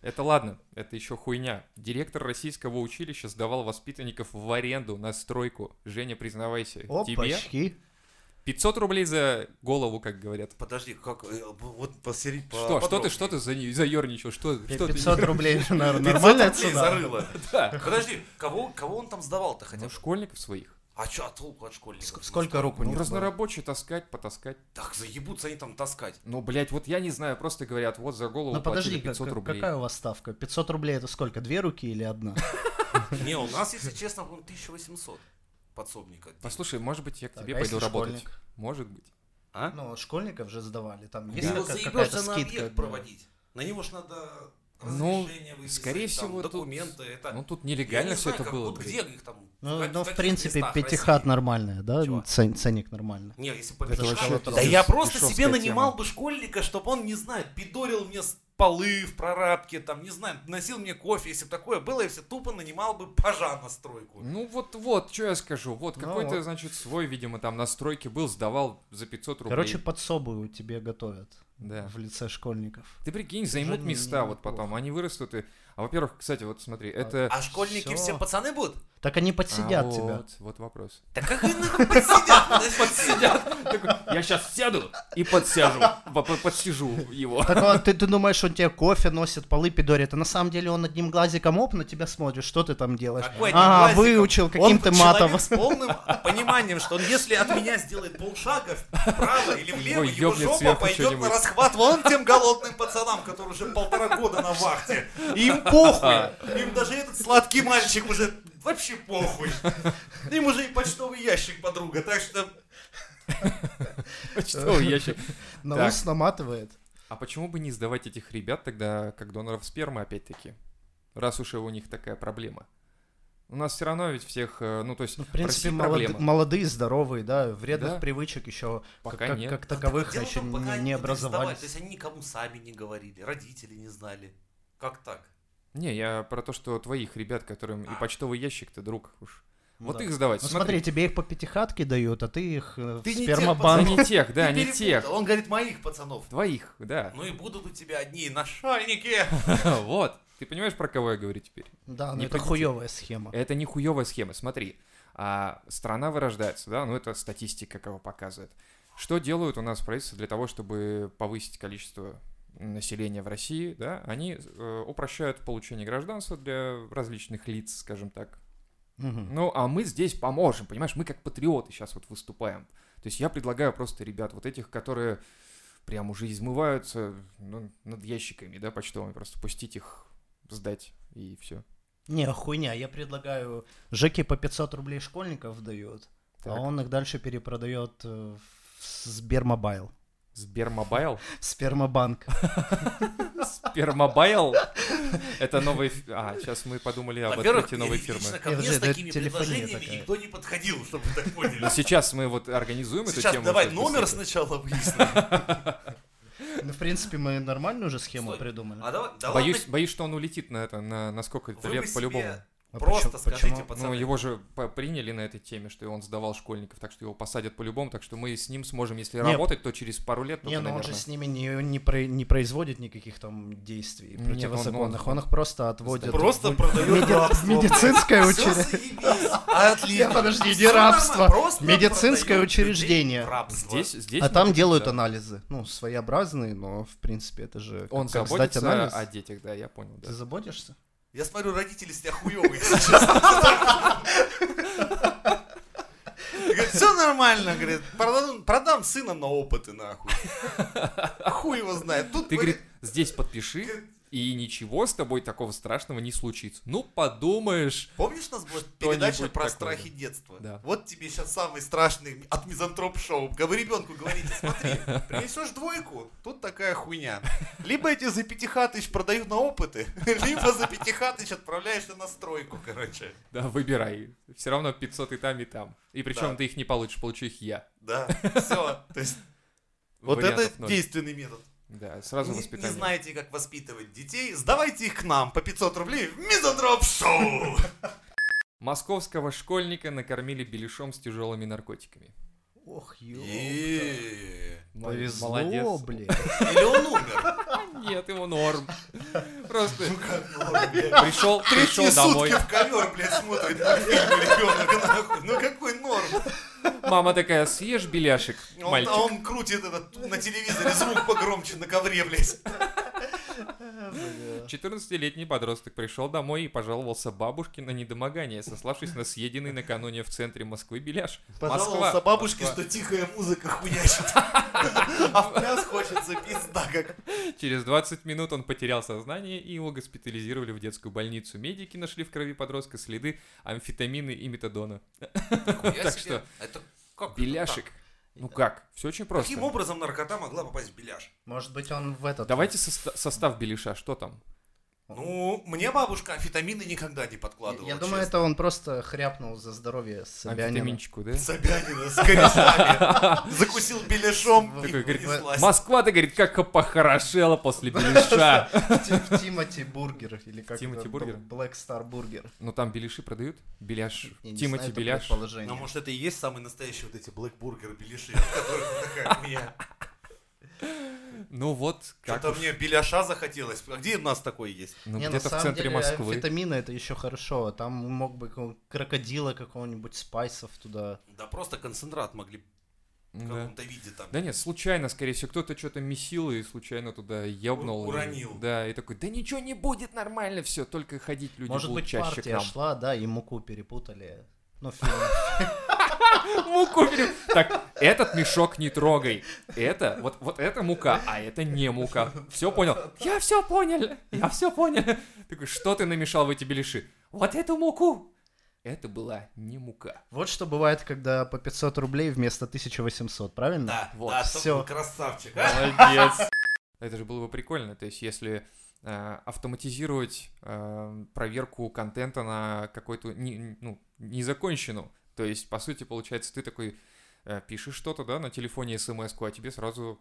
B: Это ладно, это еще хуйня. Директор российского училища сдавал воспитанников в аренду на стройку. Женя, признавайся, тебе
C: Опачки.
B: 500 рублей за голову, как говорят.
A: Подожди, как... э, Вот посери...
B: Что, что ты, что ты за заерничал? Что, что
A: <laughs>
B: ты
C: 500 рублей, наверное,
A: 500
C: нормальная
A: рублей за
C: цена.
A: рыло.
B: <laughs> Да.
A: Подожди, кого, кого он там сдавал-то хотя
B: Ну,
A: бы?
B: школьников своих.
A: А чё, а толку от школьников?
C: Сколько рук у
B: Ну,
C: них было?
B: разнорабочие таскать, потаскать.
A: Так заебутся они там таскать.
B: Ну, блядь, вот я не знаю, просто говорят, вот за голову
C: Ну подожди,
B: платили
C: как-
B: 500
C: как-
B: рублей.
C: какая у вас ставка? 500 рублей это сколько, две руки
A: <laughs>
C: или одна?
A: Не, у нас, если честно, по-моему, 1800 подсобника.
B: Послушай, может быть, я к
C: Так,
B: тебе
C: а
B: пойду
C: если
B: работать.
C: школьник?
B: Может быть.
A: А?
C: Ну, школьников же сдавали, там
A: Ты
C: есть
A: его
C: какая-
A: заебешься
C: какая-то
A: на
C: скидка.
A: объект проводить. На него ж надо
B: Ну,
A: разрешение выписать, там,
B: скорее всего, тут-
A: документы. Это...
B: Ну, тут
A: Я
B: нелегально
A: не
B: все
A: знаю,
B: это
A: как-
B: было.
A: вот
B: блядь.
A: где их там?
C: Ну,
A: как-
C: ну,
A: в
C: в
A: каких
C: принципе,
A: местах
C: пятихат
A: России?
C: нормальная, да?
A: Чего?
C: Цен- ценник нормальный.
A: Не, если
C: Это
A: побежишь,
C: вообще
A: да
C: вопрос.
A: я просто себе
B: Дешевская
A: нанимал
B: тема.
A: бы школьника, чтобы он, не знаю, пидорил мне с полы в прорабке, там, не знаю, носил мне кофе, если бы такое было, я все тупо нанимал бы пажа на стройку.
B: Ну вот, вот, что я скажу. Вот,
C: Ну
B: какой-то,
C: вот.
B: значит, свой, видимо, там на стройке был, сдавал за 500 рублей.
C: Короче, подсобую тебе готовят
B: Да.
C: в лице школьников.
B: Ты прикинь, займут
C: не-
B: места вот
C: неплохо.
B: потом. Они вырастут и... А, во-первых, кстати, вот смотри, это...
A: А школьники
C: всё.
A: все пацаны будут?
C: Так они подсидят
B: А,
C: тебя.
B: Вот, вот вопрос. <laughs>
A: Да как они нахуй подсидят? Ну, Подожди,
B: Я сейчас сяду и подсяжу, по- по- подсижу его. <laughs>
C: Так а, ты, ты думаешь, он тебе кофе носит, полы пидорит, а на самом деле он одним глазиком оп на тебя смотрит, что ты там делаешь?
A: Какой одним
C: Ага,
A: глазиком?
C: выучил каким-то
A: Он
C: матом.
A: человек с полным пониманием, что он, если от меня сделает полшага вправо или влево,
B: Его
A: его
B: ёбнет
A: жопа
B: сверху
A: пойдет
B: что-нибудь.
A: на расхват вон тем голодным пацанам, которые уже полтора года на вахте. И им похуй. Им даже этот сладкий мальчик уже вообще похуй. Им уже и почтовый ящик подруга, так что...
B: Что я щас-
C: На
B: Так.
C: ус наматывает.
B: А почему бы не сдавать этих ребят тогда, как доноров спермы, опять-таки? Раз уж и у них такая проблема. У нас все равно ведь всех, э, ну то есть,
C: Ну, в
B: в России
C: принципе, молоды-
B: проблема.
C: молодые, здоровые, да, вредных
B: Да.
C: привычек еще
B: Пока
C: как,
B: нет.
C: как таковых
A: Дело в
C: еще
A: том, пока
C: не,
A: они
C: не
A: не сдавали,
C: образовались.
A: То есть они никому сами не говорили, родители не знали. Как так?
B: Не, я про то, что твоих ребят, которым и
A: А.
B: почтовый ящик-то друг уж.
C: Ну
B: Вот
C: да.
B: их сдавать.
C: Ну
B: смотри,
C: смотри, тебе их по пятихатке дают, а ты их э, в
A: Ты не тех
C: спермобанк.
B: Они тех,
C: <laughs>
B: да,
A: Ты
B: они
A: перепутал.
B: тех.
A: Он говорит, моих пацанов.
B: Твоих, да. <laughs>
A: Ну и будут у тебя одни нашальники.
B: Вот. Ты понимаешь, про кого я говорю теперь?
C: Да, ну
B: Не
C: это Э,
B: пойдите.
C: хуевая схема.
B: Это не хуевая схема. Смотри, а, страна вырождается, да, ну это статистика кого показывает. Что делают у нас правительство для того, чтобы повысить количество населения в России, да? Они э, упрощают получение гражданства для различных лиц, скажем так.
C: Мгм.
B: Ну, а мы здесь поможем, понимаешь? Мы как патриоты сейчас вот выступаем. То есть я предлагаю просто ребят вот этих, которые прям уже измываются ну, над ящиками, да, почтовыми, просто пустить их сдать и все.
C: Не, хуйня, я предлагаю, Жеки по 500 рублей школьников дают, а он их дальше перепродает э, в Сбермобайл.
B: Сбермобайл?
C: в Спермобанк.
B: Спермобайл? Это новый... ф- А, сейчас мы подумали об открытии новой
A: лично
B: фирмы.
A: ко мне
C: Э, Подожди,
A: с
C: да
A: такими
C: это телефония
A: предложениями
C: такая.
A: никто не подходил, чтобы вы так
B: Но
A: поняли.
B: сейчас мы вот организуем эту
A: Сейчас
B: тему.
A: давай
B: чтобы
A: номер
B: с этим-
A: сначала выясним.
C: <laughs> Ну, в принципе, мы нормальную уже схему
A: Стой.
C: придумали.
A: А давай, да
B: Боюсь,
A: ладно,
B: боюсь, что он улетит на это, на, на сколько
A: вы бы
B: лет
A: себе
B: по-любому.
C: А
A: Просто
C: почему-
A: скажите,
C: почему?
A: пацаны.
B: Ну, его же по- приняли на этой теме, что он сдавал школьников, так что его посадят по-любому, так что мы с ним сможем, если
C: Не,
B: работать, то через пару лет
C: Не,
B: только,
C: ну он же
B: наверное.
C: с ними не, не, про- не производит никаких там действий
B: Нет, он-
C: противозаконных.
B: он-
C: Он их просто отводит
A: Просто
C: в-
A: продает
C: в медицинское
A: Всё
C: учреждение.
B: <laughs>
A: заебись. Отлично.
C: подожди, не
A: Всё нормально,
C: рабство.
A: просто
C: Медицинское
A: продают людей
C: учреждение.
A: в рабство.
B: Здесь, здесь...
C: А там
B: вот,
C: делают
B: да.
C: анализы. Ну, своеобразные, но в принципе это же как-
B: Он
C: как сдать
B: заботится
C: анализ.
B: о детях, да, я понял. да.
C: Ты заботишься?
A: Я смотрю, родители с тебя хуёвые сейчас. Все нормально, говорит, продам, продам сына на опыты, нахуй. А Хуй его знает. Тут,
B: Ты,
A: говорит,
B: говорит, здесь подпиши, и ничего с тобой такого страшного не случится. Ну, подумаешь.
A: Помнишь, у нас была
B: Что-нибудь
A: передача про
B: такое.
A: страхи детства?
B: Да.
A: Вот тебе сейчас самый страшный от мизантроп шоу. Говорю ребенку, говорите, смотри, принесешь двойку, тут такая хуйня. Либо эти за пятихатыч продают на опыты, <laughs> либо за пятихатыч отправляешься на стройку, короче.
B: Да, выбирай. Все равно 500 и там, и там. И причем
A: Да.
B: ты их не получишь, получу их я. <laughs>
A: Да, все. То есть, вот это
B: Вариантов ноль.
A: действенный метод.
B: Да, сразу
A: не, не
B: воспитание.
A: знаете, как воспитывать детей, сдавайте их к нам по 500 рублей в мизантроп
B: <laughs>
A: шоу.
B: Московского школьника накормили беляшом с тяжелыми наркотиками.
C: Ох, ё.
A: Е-е-е.
C: Повезло,
B: Молодец.
C: блин.
A: Или он умер.
B: Нет, ему норм. Просто
A: Норм.
B: пришел,
A: Ну, Третьи
B: пришел домой.
A: сутки в ковер, блядь, смотрит мультфильм ребенок, нахуй. Ну какой норм?
B: Мама такая, съешь беляшек,
A: А он-
B: мальчик.
A: А он крутит этот на телевизоре звук погромче на ковре, блядь.
C: Э,
B: 14-летний подросток пришел домой и пожаловался бабушке на недомогание, сославшись на съеденный накануне в центре Москвы беляш.
A: Пожалуйста,
B: Москва,
A: бабушке,
B: Москва.
A: что тихая музыка хуящит. <laughs> А в пляс хочется пизда как.
B: Через 20 минут он потерял сознание и его госпитализировали в детскую больницу. Медики нашли в крови подростка следы амфетамины и метадона. Так себе. что,
A: Это как?
B: Беляшек. Ну как? Все очень просто.
A: Каким образом наркота могла попасть в беляш?
C: Может быть, он в этот...
B: Давайте соста- состав беляша, что там?
A: Ну, мне бабушка амфетамины никогда не
C: Я,
A: подкладывала.
C: я думаю, это он просто хряпнул за здоровье Собянина.
B: Амфетаминчику, да?
A: честно. Собянина с корешами.
B: <laughs>
A: Закусил беляшом и
B: Такой, говорит,
A: унеслась.
B: Москва, ты, говорит, как похорошела
C: <laughs>
B: после беляша.
C: В Ти- в Тимати Бургер. Или как
B: Тимати
C: это,
B: Бургер?
C: Б- Black Star Бургер.
B: Ну там беляши продают? Беляш.
C: Я не
B: Тимати
C: знаю, это
B: Беляш.
C: предположение.
A: Ну, может, это и есть самые настоящие вот эти блэкбургеры беляши, от которых такая
B: <laughs>
A: хуйня.
B: Ну вот, как
A: Что-то
B: уж.
A: мне беляша захотелось. А где у нас такое есть?
B: Ну
C: Не, на
B: где-то в
C: самом
B: центре
C: деле,
B: Москвы.
C: Амфетамины это еще хорошо. а Там мог бы какого- крокодила какого-нибудь спайсов туда.
A: Да просто концентрат могли в
B: Да.
A: каком-то виде там.
B: Да нет, случайно, скорее всего, кто-то что-то месил и случайно туда ёбнул.
A: У- уронил.
B: И- да, и такой, да ничего не будет, нормально все, только ходить люди
C: Может
B: будут
C: быть,
B: чаще
C: партия
B: к
C: шла, да, и муку перепутали. Ну, фильм.
B: нам. Муку пере- Так, этот мешок не трогай. Это, вот, вот это мука, а это не мука. Все понял? Я все понял, я все понял. Такой, что ты намешал в эти беляши? Вот эту муку. Это была не мука.
C: <laughs> Вот что бывает, когда по 500 рублей вместо 1800, правильно?
A: Да,
B: Вот,
A: да, чтоб
C: всё.
A: был красавчик, а?
B: Молодец. <laughs> Это же было бы прикольно, то есть если э, автоматизировать э, проверку контента на какую-то не- ну, незаконченную, то есть, по сути, получается, ты такой э, пишешь что-то, да, на телефоне смс а тебе сразу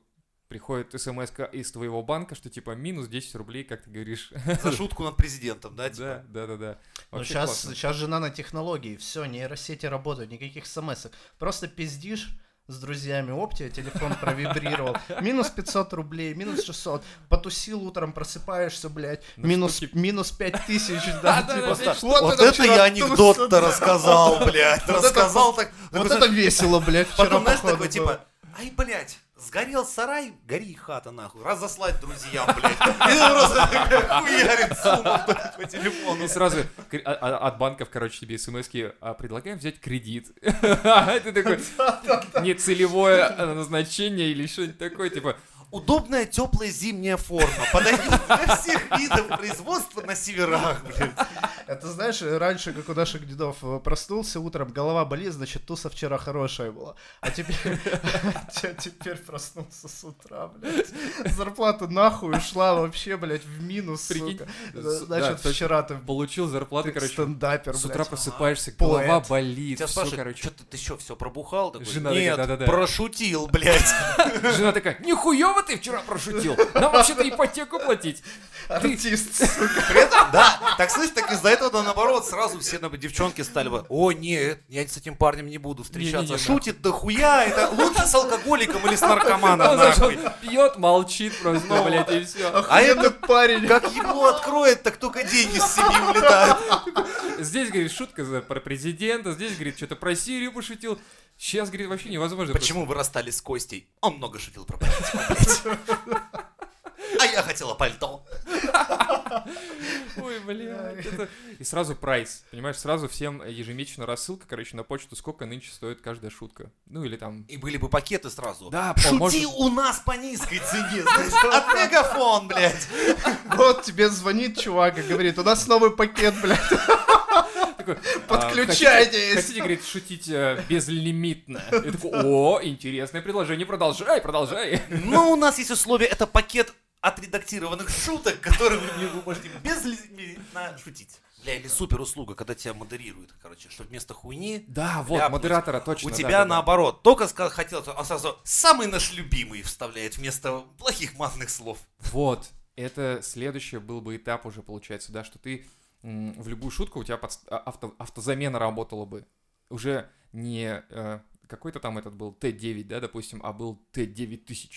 B: приходит смс из твоего банка, что типа минус 10 рублей, как ты говоришь. <laughs>
A: За шутку над президентом, да? типа?
B: Да, да, да, да.
C: Ну,
B: Вообще
C: сейчас,
B: классно.
C: сейчас же нанотехнологии, все, нейросети работают, никаких смс -ок. Просто пиздишь с друзьями, оптия, телефон провибрировал, минус 500 рублей, минус 600, потусил утром, просыпаешься, блядь,
B: На
C: минус,
B: штуки.
C: минус 5000, да,
B: Да-да-да,
C: типа,
B: блядь,
A: Вот это я анекдот-то рассказал, блядь. Рассказал так.
C: Вот
A: такой,
C: это весело, блядь, вчера,
A: Потом, знаешь,
C: походу,
A: такой,
C: было.
A: типа, ай, блядь, сгорел сарай, гори и хата, нахуй. Разослать друзьям,
C: <laughs>
A: блядь. И он просто такой хуярит сумму блядь, по телефону.
B: И Ну, сразу кре- а- а- от банков, короче, тебе смс-ки а, предлагаем взять кредит. <laughs> А Ты такой, нецелевое э, назначение или что-нибудь такое, типа,
A: Удобная теплая зимняя форма. Подойдет для всех видов производства на северах, блядь.
C: Это знаешь, раньше, как у наших дедов, э, проснулся утром, голова болит, значит, туса вчера хорошая была. А теперь, <laughs> те- теперь проснулся с утра, блядь. Зарплата нахуй ушла вообще, блядь, в минус,
B: Прикинь,
C: сука.
B: с-
C: Значит,
B: да,
C: вчера ты,
B: получил зарплату,
C: ты
B: короче,
C: стендапер,
B: с утра
C: блядь.
B: просыпаешься,
C: Поэт.
B: голова болит,
A: Тебя
B: всё,
A: спрашивают,
B: короче.
A: что ты, ты что, все пробухал? Такой,
B: Жена такая,
A: Нет,
B: да-да-да.
A: прошутил, блядь. <laughs>
B: Жена такая, нихуёво ты вчера прошутил, нам вообще-то ипотеку платить.
C: Артист,
B: <laughs>
C: сука.
A: При этом, да, так слышишь, так из-за этого, да, наоборот, сразу все на- девчонки стали бы, о, нет, я с этим парнем не буду встречаться.
B: Не-не-не,
A: Шутит до хуя, это лучше с алкоголиком
B: <laughs>
A: или с наркоманом,
B: Он зашёл,
A: нахуй. Ну.
B: пьет, молчит просто, блядь, и все.
C: Охуенный парень.
A: Как его откроет, так только деньги с семьи улетают.
B: Здесь, говорит, шутка за- про президента, здесь, говорит, что-то про Сирию пошутил. Сейчас, говорит, вообще невозможно.
A: Почему вы расстались с Костей? Он много шутил про политику, блядь. А я хотела пальто.
B: Ой, блядь. это- И сразу прайс. Понимаешь, сразу всем э, ежемесячно рассылка, короче, на почту, сколько нынче стоит каждая шутка. Ну или там...
A: И были бы пакеты сразу.
B: Да,
A: Шути
B: может-
A: у нас по низкой <laughs> цене, знаешь, от мегафон, блядь.
C: Вот тебе звонит чувак и говорит, у нас новый пакет, блядь.
B: Такой,
C: Подключайтесь!
B: а, Хотите, хотите, говорит, шутить э, безлимитно? Я такой, о, интересное предложение, продолжай, продолжай.
A: Но Ну, у нас есть условие, это пакет отредактированных шуток, которые вы вы можете без лимита шутить. Бля, или супер услуга, когда тебя модерируют, короче, что вместо хуйни
B: Да, вот,
A: Ляпнуть.
B: модератора точно.
A: у
B: да,
A: тебя
B: да, да.
A: наоборот. Только ска- хотел, а сразу самый наш любимый вставляет вместо плохих матных слов.
B: Вот, это следующий был бы этап уже, получается, да, что ты м, в любую шутку у тебя подс- а- авто- автозамена работала бы. Уже не э, какой-то там этот был Т9, да, допустим, а был Т9000.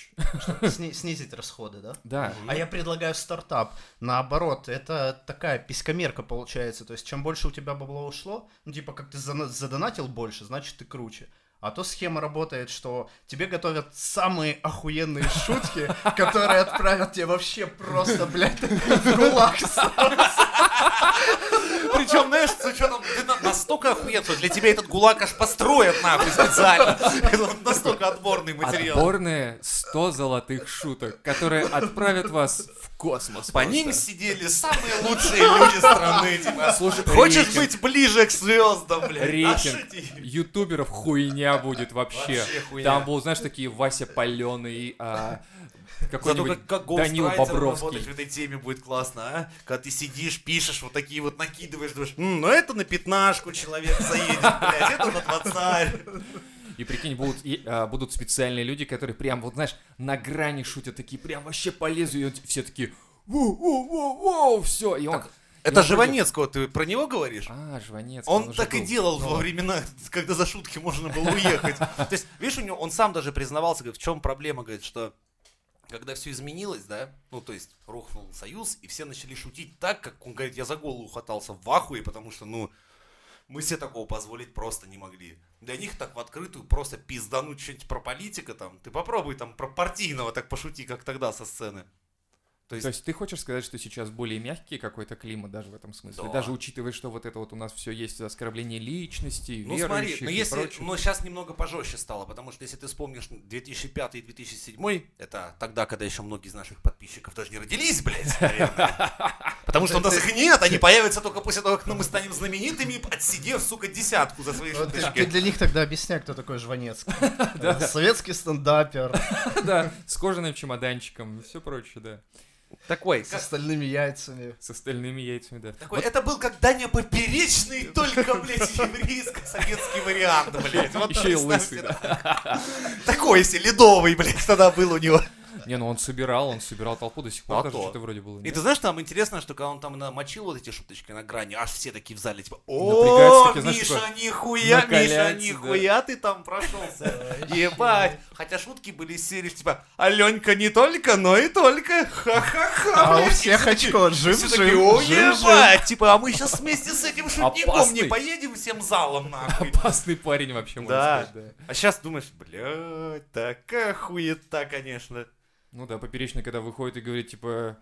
C: Сни- Снизить расходы, да?
B: <laughs> Да,
C: А я предлагаю стартап. Наоборот, это такая пискомерка получается. То есть, чем больше у тебя бабло ушло, ну, типа, как ты зана- задонатил больше, значит, ты круче. А то схема работает, что тебе готовят самые охуенные шутки, которые отправят тебе вообще просто, блядь, в гулаг.
A: Причем, знаешь, с учетом, ты на- настолько охуенно, что для тебя этот гулаг аж построят нахуй специально. Это настолько отборный материал.
B: Отборные 100 золотых шуток, которые отправят вас в космос.
A: По ним
B: просто.
A: сидели самые лучшие люди страны, типа.
B: Слушай,
A: Хочешь
B: рейтинг.
A: быть ближе к звездам, блядь?
B: рейтинг
A: Наши ти-
B: ютуберов хуйня будет вообще.
A: Вообще хуйня.
B: Там был, знаешь, такие Вася Паленый, а,
A: Зато
B: какой-нибудь
A: как, как
B: Данил
A: гоустрайтером работать в
B: Бобровский.
A: этой теме будет классно, а? Когда ты сидишь, пишешь, вот такие вот накидываешь, думаешь, «М, ну это на пятнашку человек заедет, блядь, это на двадцать.
B: И прикинь, будут, и, а, будут специальные люди, которые прям, вот знаешь, на грани шутят, такие прям вообще полезу, и он- все такие воу-воу-воу-воу, все, и он...
A: Это
B: же
A: Живанецкого, ты про него говоришь?
B: А, Жванец.
A: Он так и делал во времена, когда за шутки можно было уехать. То есть, видишь, у него он сам даже признавался, говорит, в чем проблема, говорит, что когда все изменилось, да, ну, то есть, рухнул Союз, и все начали шутить так, как он говорит, я за голову хватался в ахуе, потому что, ну, мы себе такого позволить просто не могли. Для них так в открытую просто пиздануть что-нибудь про политика там. Ты попробуй там про партийного так пошути, как тогда со сцены. То есть,
B: То есть ты хочешь сказать, что сейчас более мягкий какой-то климат даже в этом смысле?
A: Да.
B: Даже учитывая, что вот это вот у нас все есть за оскорбление личности,
A: Ну смотри,
B: верующих
A: но
B: и
A: если,
B: прочих.
A: но сейчас немного пожестче стало, потому что если ты вспомнишь 2005 и 2007, это тогда, когда еще многие из наших подписчиков даже не родились, блядь, наверное. Потому что у нас их нет, они появятся только после того, как ну, мы станем знаменитыми, отсидев, сука, десятку за свои
C: Вот Ты ты
A: шуточки.
C: для них тогда объясняй, кто такой Жванецкий. Советский стендапер
B: <laughs> Да, с кожаным чемоданчиком и все прочее, да.
A: Такой,
C: с остальными яйцами.
B: С остальными яйцами, да.
A: такой, это был как Даня Поперечный, только, блядь, еврейско-советский вариант, блядь. Вот
B: Еще и
A: представьте,
B: лысый, да.
A: Такой себе ледовый, блядь, тогда был у него.
B: Не, ну он собирал, он собирал толпу до сих пор,
A: А
B: даже
A: то.
B: что-то вроде было.
A: И
B: нет?
A: ты знаешь, там интересно, что когда он там намочил вот эти шуточки на грани, аж все такие в зале, типа,
B: Напрягаются
A: о,
B: такие, знаешь,
A: Миша,
B: такое,
A: нихуя, Миша,
B: накаляются,
A: нихуя ты там прошелся, ебать. Хотя шутки были из серии, типа, Аленька не только, но и только, ха-ха-ха.
C: А у
A: блядь».
C: всех очко. Жим,
A: Все такие, о,
C: жим, жим, жим.
A: ебать, типа, а мы сейчас вместе с этим шутником не
B: Опасный.
A: поедем всем залом, нахуй.
B: Опасный парень вообще, можно
A: Да.
B: сказать, да.
A: А сейчас думаешь, блядь, такая хуета, конечно.
B: Ну да, поперечный, когда выходит и говорит, типа...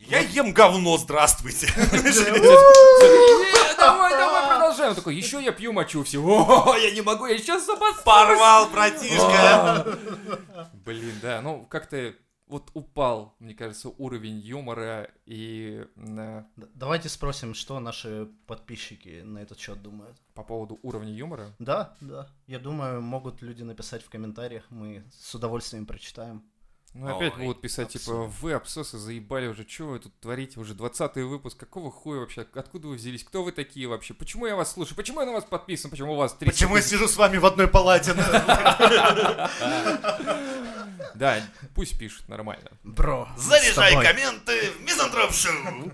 A: Я ем говно, здравствуйте.
B: «Э, Давай, давай, продолжаем. Он такой, еще я пью мочу все. <laughs> О, я не могу, я сейчас
A: <laughs>
B: запасаюсь.
A: <laughs> Порвал, братишка.
B: А. <laughs> Блин, да, ну как-то вот упал, мне кажется, уровень юмора и э,
C: Д- Давайте спросим, что наши подписчики на этот счет думают.
B: по поводу уровня юмора.
C: Да, да. Я думаю, могут люди написать в комментариях, мы с удовольствием прочитаем.
B: Ну, опять
A: Ой,
B: будут писать, типа, вы, абсосы, заебали уже, чего вы тут творите, уже 20 выпуск, какого хуя вообще, откуда вы взялись, кто вы такие вообще, почему я вас слушаю, почему я на вас подписан, почему у вас 30
A: Почему я
B: тысяч?»
A: сижу с вами в одной
B: <laughs>
A: палате?
B: Да, пусть пишут, нормально.
C: Бро,
A: Заряжай
C: камень.
A: комменты в Мизантроп Шоу.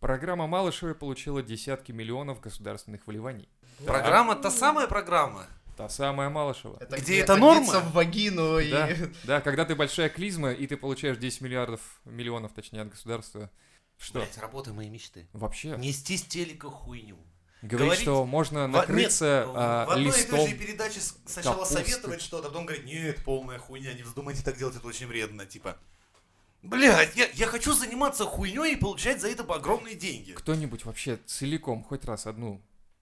B: Программа Малышева получила десятки миллионов государственных вливаний.
A: Программа та самая программа.
B: Та самая Малышева.
C: Это
A: Где это норма?
C: годится в вагину и...
B: Да, да, когда ты большая клизма, и ты получаешь 10 миллиардов, миллионов, точнее, от государства. Что?
A: Блять, работа моей мечты.
B: Вообще,
A: Нести с телека хуйню.
B: говорить, что можно
A: В- нет,
B: накрыться а,
A: в одной и той
B: листом.
A: же передаче с- сначала
B: капусты.
A: советовать что-то, а потом говорить, нет, полная хуйня, не вздумайте так делать, это очень вредно. Типа, блядь, я, я хочу заниматься хуйней и получать за это огромные деньги.
B: Кто-нибудь вообще целиком хоть раз одну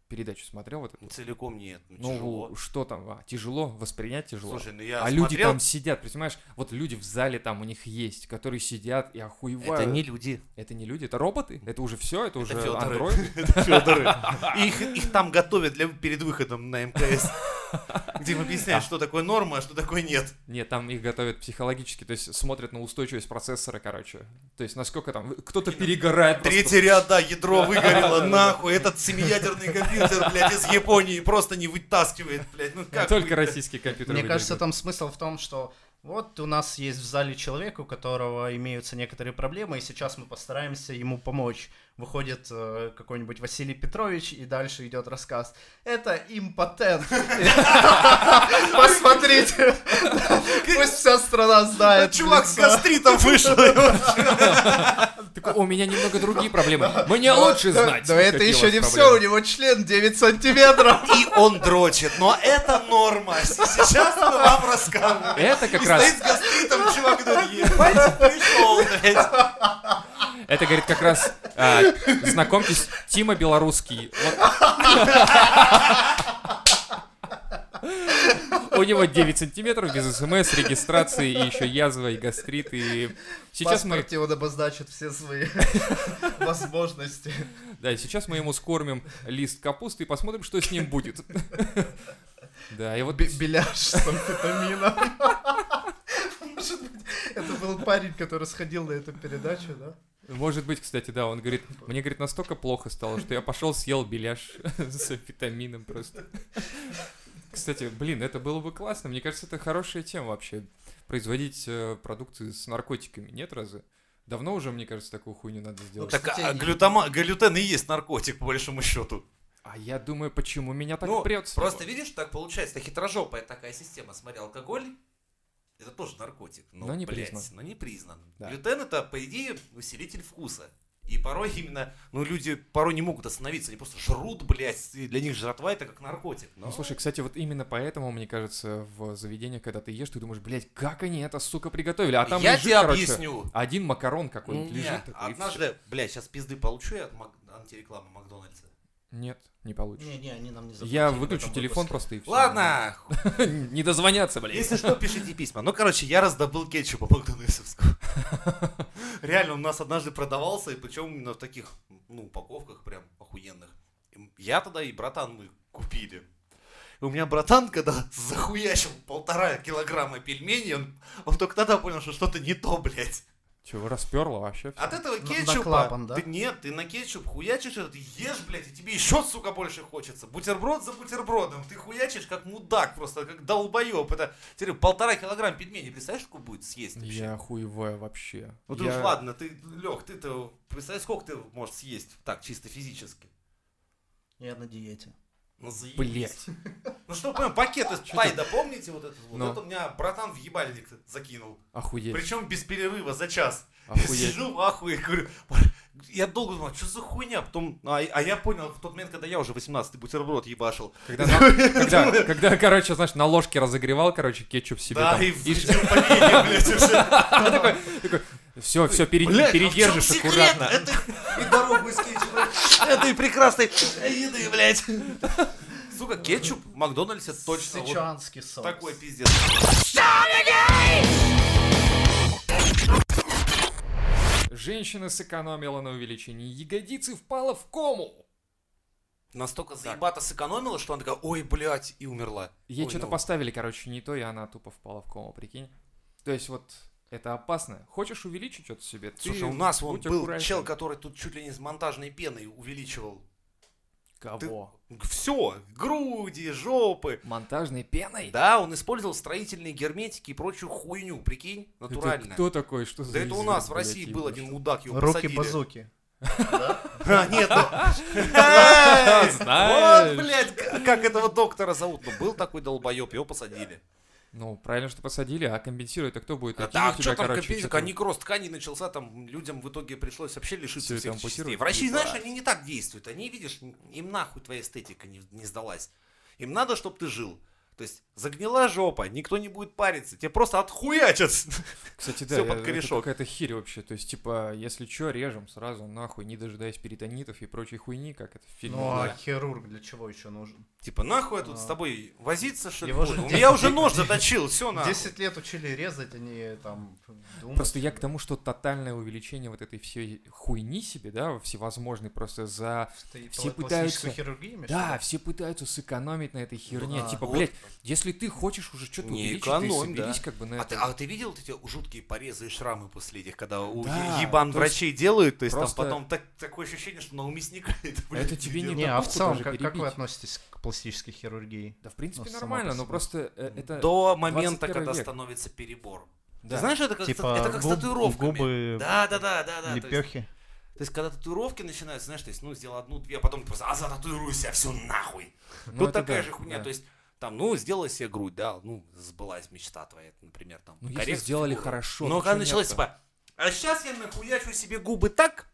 B: передачу смотрел вот эту?
A: Целиком нет, ну,
B: Ну,
A: тяжело.
B: что там, а, тяжело, воспринять тяжело.
A: Слушай, ну я
B: а люди
A: смотрел,
B: там сидят, понимаешь, вот люди в зале там у них есть, которые сидят и охуевают.
A: это не люди.
B: Это не люди, это роботы, это уже все, это уже
A: Фёдоры. <laughs>
B: андроиды.
A: Федоры.
B: <laughs>
A: Их, их там готовят для, перед выходом на МКС. Где им объясняют, что такое норма, а что такое нет.
B: Нет, там их готовят психологически, то есть смотрят на устойчивость процессора, короче. То есть насколько там, кто-то перегорает. просто.
A: Третий ряд, да, ядро выгорело, нахуй. Этот семиядерный компьютер, блядь, из Японии просто не вытаскивает, блядь. Ну
B: Не
A: как
B: только
A: быть-то?
B: российские компьютеры.
C: Мне кажется,
B: выдерживают.
C: там смысл в том, что вот у нас есть в зале человек, у которого имеются некоторые проблемы, и сейчас мы постараемся ему помочь. выходит э, какой-нибудь Василий Петрович, и дальше идет рассказ. Это импотент. Посмотрите. Пусть вся страна знает.
A: Чувак с
B: <laughs>
C: лица.
A: гастритом вышел.
B: Такой, у меня немного другие проблемы. Мне
C: Но-
B: лучше
C: но-
B: знать.
C: Но это
B: какие у
C: еще
B: вас
C: не все,
B: проблемы».
C: у него член 9 сантиметров.
A: И он дрочит, но это норма. Сейчас мы вам расскажем.
B: Это как
A: И
B: раз,
A: стоит с гастритом чувак, говорит, ебать, пришел, блядь.
B: это говорит как раз, а, знакомьтесь, Тима Белорусский. Вот. У него 9 сантиметров без СМС, регистрации, и еще язва, и гастрит, и... Сейчас
C: Сейчас
B: мы,
C: паспорте он обозначит все свои <laughs> возможности.
B: да, сейчас мы ему скормим лист капусты и посмотрим, что с ним будет. <laughs> Да, и вот...
C: Бе- Беляш с амфетамином. Может быть, это был парень, который сходил на эту передачу, да?
B: Может быть, кстати, да, он говорит, мне, говорит, настолько плохо стало, что я пошел съел беляш <laughs> с витамином просто. Кстати, блин, это было бы классно. Мне кажется, это хорошая тема вообще. Производить э, продукты с наркотиками, нет разве? Давно уже, мне кажется, такую хуйню надо сделать.
A: Так
C: Кстати,
A: а,
C: и-
A: глютама- глютен и есть наркотик, по большому счету.
B: А я думаю, почему меня так
A: Ну,
B: прет? с тобой?
A: Просто видишь, так получается, это хитрожопая такая система. Смотри, алкоголь, это тоже наркотик, но,
B: Но не
A: не блядь,
B: признан.
A: но не признан.
B: Да.
A: Глютен это, по идее, усилитель вкуса. И порой именно, ну люди порой не могут остановиться, они просто жрут, блядь, и для них жратва это как наркотик. Но
B: Ну, слушай, кстати, вот именно поэтому, мне кажется, в заведениях, когда ты ешь, ты думаешь, блядь, как они это, сука, приготовили? А там
A: я
B: лежит,
A: тебе
B: короче,
A: объясню.
B: один макарон какой-нибудь лежит.
A: Нет,
B: такой, и всё.
A: однажды, блядь, сейчас пизды получу я от Мак- антирекламы Макдональдса.
B: Нет, не получится.
C: Не-не, они нам не
B: Я выключу телефон просто и все.
A: Ладно,
B: <laughs> Не дозвоняться, блядь.
A: Если что, пишите письма. Ну, короче, я раздобыл кетчупа макдональдсовского. Реально, он у нас однажды продавался, и причем именно в таких, ну, упаковках прям охуенных. И Я тогда и братан мы купили. И у меня братан, когда захуячил полтора килограмма пельменей, он, он только тогда понял, что что-то не то, блядь.
B: Чего расперло вообще?
A: От этого
C: на
A: кетчупа...
C: клапан, да?
A: Ты нет, ты на кетчуп хуячишь, это ты ешь, блядь, и тебе еще, сука, больше хочется. Бутерброд за бутербродом. Ты хуячишь как мудак просто, как долбоеб. Это, теперь полтора килограмм пельменей, представляешь, сколько будет съесть вообще?
B: Я охуеваю вообще.
A: Ну ты
B: Я-
A: уж ладно, ты, Лех, ты-то, представляешь, сколько ты можешь съесть так, чисто физически?
C: Я на диете.
A: Ну, заебись.
B: Блять.
A: Ну что, понимаешь, пакет из пайда, помните вот этот? Вот
B: Ну.
A: это у меня братан в ебальник закинул.
B: Охуеть.
A: Причем без перерыва за час. Я <laughs>
B: Охуеть.
A: сижу в ахуе, говорю, я долго думал, что за хуйня, потом, а, а я понял в тот момент, когда я уже 18-й бутерброд ебашил.
B: Когда, на- когда, когда, короче, знаешь, на ложке разогревал, короче, кетчуп себе
A: да,
B: там.
A: и включил поленья, <laughs> блядь, уже.
B: Все, все,
A: Блядь, а в чём
B: передержишь
A: секрет? <laughs>
B: аккуратно.
A: Это и дорогу из кетчупа, этой прекрасной еды, блядь. Сука, кетчуп в Макдональдсе точно вот
C: Сычуанский соус.
A: такой пиздец.
B: Женщина сэкономила на увеличении ягодицы, впала в кому.
A: Настолько заебато сэкономила, что она такая, ой, блядь, и умерла.
B: Ей
A: Ой,
B: что-то
A: ну.
B: поставили, короче, не то, и она тупо впала в кому, прикинь. То есть вот это опасно. Хочешь увеличить что-то себе? ты
A: Слушай, у нас вон
B: будь
A: был
B: аккуратен.
A: чел, который тут чуть ли не с монтажной пеной увеличивал
B: Кого?
A: все, груди, жопы.
B: Монтажной пеной?
A: Да, он использовал строительные герметики и прочую хуйню, прикинь,
B: Это
A: натурально.
B: кто такой? Что за
A: Да это у
B: изверг,
A: нас в
B: блядь,
A: России был
B: ебаный?
A: один мудак, его посадили.
C: Руки-базуки.
A: <laughs> А, нет,
B: <laughs>
A: ну- Эй,
B: Знаешь.
A: Вот, блядь, к- как этого доктора зовут. Ну, был такой долбоеб, его посадили.
B: Ну, правильно, что посадили, а компенсировать то кто будет?
A: А
B: Такие у
A: так,
B: тебя,
A: что там
B: короче,
A: копейка,
B: что-то-
A: некроз тканей начался, там людям в итоге пришлось вообще лишиться
B: Всё это
A: всех
B: ампутируют.
A: частей. В России,
B: Ебать.
A: знаешь, они не так действуют. Они, видишь, им нахуй твоя эстетика не, не сдалась. Им надо, чтобы ты жил. То есть загнила жопа, никто не будет париться, тебе просто отхуячат.
B: Кстати, да,
A: всё
B: я-
A: под
B: это
A: корешок.
B: какая-то херь вообще. То есть, типа, если чё, режем сразу нахуй, не дожидаясь перитонитов и прочей хуйни, как это в фильме.
C: Ну а
B: было.
C: хирург для чего еще нужен?
A: Типа, нахуй я тут
C: А.
A: с тобой возиться, что ли?
C: Его же
A: буду? У
C: де-
A: меня
C: де-
A: уже нож заточил,
C: Ну,
A: все на.
C: 10 лет учили резать, они там думают.
B: Просто я к тому, что тотальное увеличение вот этой всей хуйни себе, да, всевозможной просто за...
C: Ты
B: все
C: пла-
B: пытаются-
C: пластическую хирургию имеешь в
B: Да,
C: виду?
B: все пытаются сэкономить на этой херне.
C: Да.
B: типа,
A: Вот.
B: блядь, если ты хочешь уже что-то
A: Не
B: увеличить, ты
A: экономь, да.
B: соберись как бы на
A: А
B: это.
A: ты, а ты видел вот эти жуткие порезы и шрамы после этих, когда у
B: Да,
A: е- ебан
B: то есть
A: врачей делают, то есть
B: просто-
A: там потом так- такое ощущение, что на у мясника это, <laughs> блядь,
B: Это тебе не
A: делают.
C: Не, а в
B: Бутылку
C: целом,
B: даже
C: как, как вы
B: перебить.
C: относитесь к пластической хирургии?
B: Да, в принципе,
C: Ну, сама
B: нормально,
C: по
B: но
C: себе.
B: просто э, это...
A: До момента,
B: 21
A: когда
B: век.
A: становится перебор.
B: Да.
A: Ты знаешь, это как,
C: типа
A: это как с
C: губ-
A: татуировками.
C: губы,
A: Да, да, да, да, да. то есть
C: лепехи.
A: То есть, когда татуировки начинаются, знаешь, то есть, ну, сделал одну-две, а потом просто, а зататуируй себя все нахуй.
B: Ну,
A: Тут
B: это
A: такая
B: да,
A: же хуйня,
B: да.
A: то есть, там, ну, сделай себе грудь, да, ну, сбылась мечта твоя, например, там.
B: Ну, если
A: коррекция
B: сделали
A: фигуры.
B: хорошо,
A: Но
B: то
A: когда
B: чё
A: началось,
B: нет-то?
A: типа, а сейчас я нахуячу себе губы так,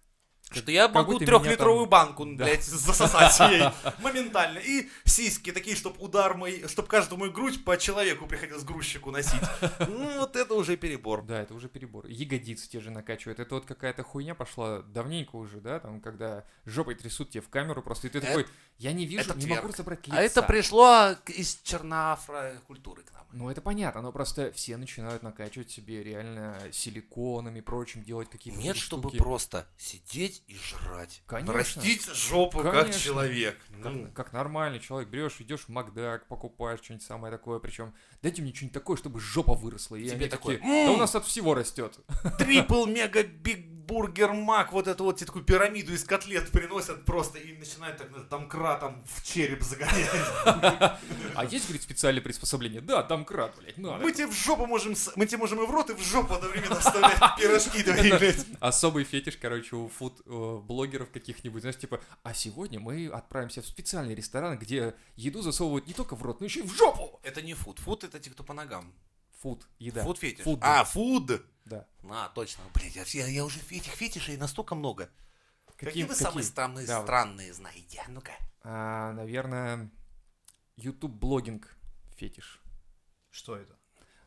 A: что я
B: как
A: могу
B: будто меня
A: трехлитровую
B: там-
A: банку,
B: Да.
A: блядь, засосать
B: <laughs>
A: ей моментально. И сиськи такие, чтобы удар мой, чтобы каждую мою грудь по человеку приходилось грузчику носить. Ну, вот это уже перебор.
B: Да, это уже перебор. Ягодицы те же накачивают. Это вот какая-то хуйня пошла давненько уже, да, там, когда жопой трясут тебе в камеру просто, и ты
A: Это-
B: такой, я не вижу,
A: Э, это
B: не могу
A: тверк.
B: разобрать лица.
A: А это пришло к- из черноафро культуры к нам.
B: Ну, это понятно, но просто все начинают накачивать себе реально силиконами и прочим, делать какие-то
A: Нет,
B: такие
A: чтобы
B: штуки.
A: просто сидеть и жрать.
B: Конечно.
A: Растить жопу как
B: Конечно.
A: человек.
B: Как, <laughs>
A: Ну.
B: как нормальный человек, берешь, идешь в Макдак, покупаешь что-нибудь самое такое, причем дайте мне что-нибудь такое, чтобы жопа выросла. И
A: Тебе
B: они
A: такое,
B: такие, да у
A: «М!»
B: нас от всего растет.
A: Трипл мега биг бургер мак, вот эту вот тебе такую пирамиду из котлет приносят просто и начинают так знаешь, там кратом в череп загонять.
B: А есть, говорит, специальные приспособления? Да, там крат, блядь, надо.
A: Мы тебе в жопу можем, с- мы тебе можем и в рот, и в жопу одновременно
B: <laughs>
A: вставлять пирожки твои, блядь.
B: Особый фетиш, короче, у фуд-блогеров каких-нибудь, знаешь, типа, а сегодня мы отправимся в специальный ресторан, где еду засовывают не только в рот, но еще и в жопу.
A: Это не фуд. Фуд это те, кто по ногам.
B: Фуд, еда.
A: Фуд фетиш.
B: Фуд,
A: А, фуд.
B: да.
A: На, точно. Блядь, я, я- я уже этих фетишей настолько много. Какие,
B: Какие-
A: вы самые
B: какие?
A: странные,
B: Да, вот.
A: странные знаете? А Ну-ка.
B: А, наверное, YouTube-блогинг фетиш.
C: Что это?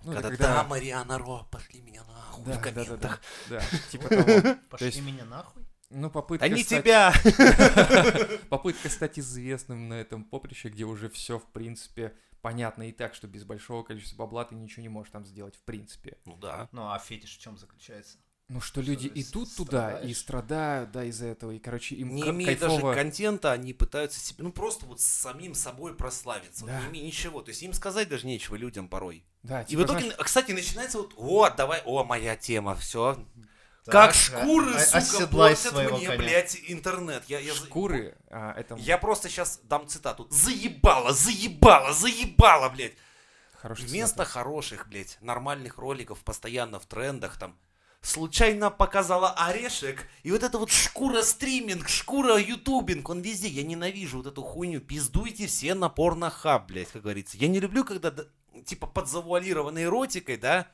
B: Ну, это
A: когда, да, Мариана Ро, пошли меня нахуй
B: Да,
A: в
B: да, да,
A: комментах.
B: да, да, типа того.
C: Пошли
B: есть-
C: меня нахуй?
B: Ну, попытка
A: Они
B: стать-
A: тебя!
B: Попытка стать известным на этом поприще, где уже все, в принципе, понятно и так, что без большого количества бабла ты ничего не можешь там сделать, в принципе.
A: Ну да.
C: Ну а фетиш в чем заключается?
B: Ну что, люди
C: ты с-
B: идут туда и
C: страдаешь?
B: страдают, да, из-за этого, и, короче, им
A: Не
B: кра-
A: имея
B: кайфово...
A: даже контента, они пытаются себе, ну просто вот с самим собой прославиться. Вот
B: Да.
A: не имея ничего. То есть им сказать даже нечего людям порой.
B: Да,
A: И
B: типа,
A: в итоге,
B: знаешь,
A: а, кстати, начинается вот, о, давай, о, моя тема, все.
C: Так,
A: Как шкуры,
C: а-
A: сука,
C: оседлай
A: портят
C: своего
A: мне,
C: коня.
A: блядь, интернет. Я, я,
B: шкуры, а, это
A: я просто сейчас дам цитату. Заебало, заебало, заебало, блядь.
B: хороший
A: Вместо хороших, блядь, нормальных роликов, постоянно в трендах там, случайно показала орешек, и вот это вот шкура стриминг, шкура ютубинг, он везде, я ненавижу вот эту хуйню, пиздуйте все на порнохаб, блядь, как говорится. Я не люблю, когда, да, типа, подзавуалированной эротикой, да,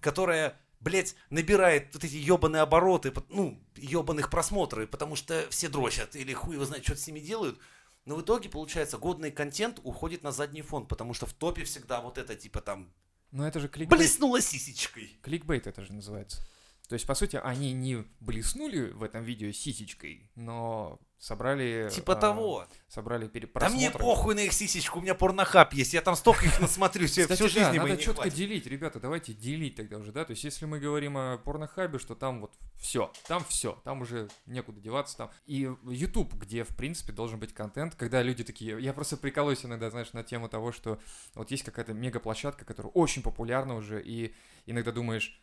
A: которая, блядь, набирает вот эти ебаные обороты, пот- ну, ебаных просмотры, потому что все дрочат, или хуй его знает, что с ними делают. Но в итоге, получается, годный контент уходит на задний фон, потому что в топе всегда вот это, типа, там,
B: Но Ну, это же кликбейт.
A: блеснула сисечкой.
B: Кликбейт это же называется. То есть, по сути, они не блеснули в этом видео сисечкой, но собрали...
A: Типа
B: а,
A: того.
B: Собрали перед
A: Да мне похуй на их сисечку, у меня порнохаб есть, я там столько их насмотрю, себе
B: Кстати,
A: всю
B: да,
A: жизнь им и
B: надо
A: не
B: четко
A: хватит.
B: делить, ребята, давайте делить тогда уже, да. То есть, если мы говорим о порнохабе, что там вот все, там все, там уже некуда деваться, там. И YouTube, где, в принципе, должен быть контент, когда люди такие. Я просто прикалываюсь иногда, знаешь, на тему того, что вот есть какая-то мегаплощадка, которая очень популярна уже, и иногда думаешь,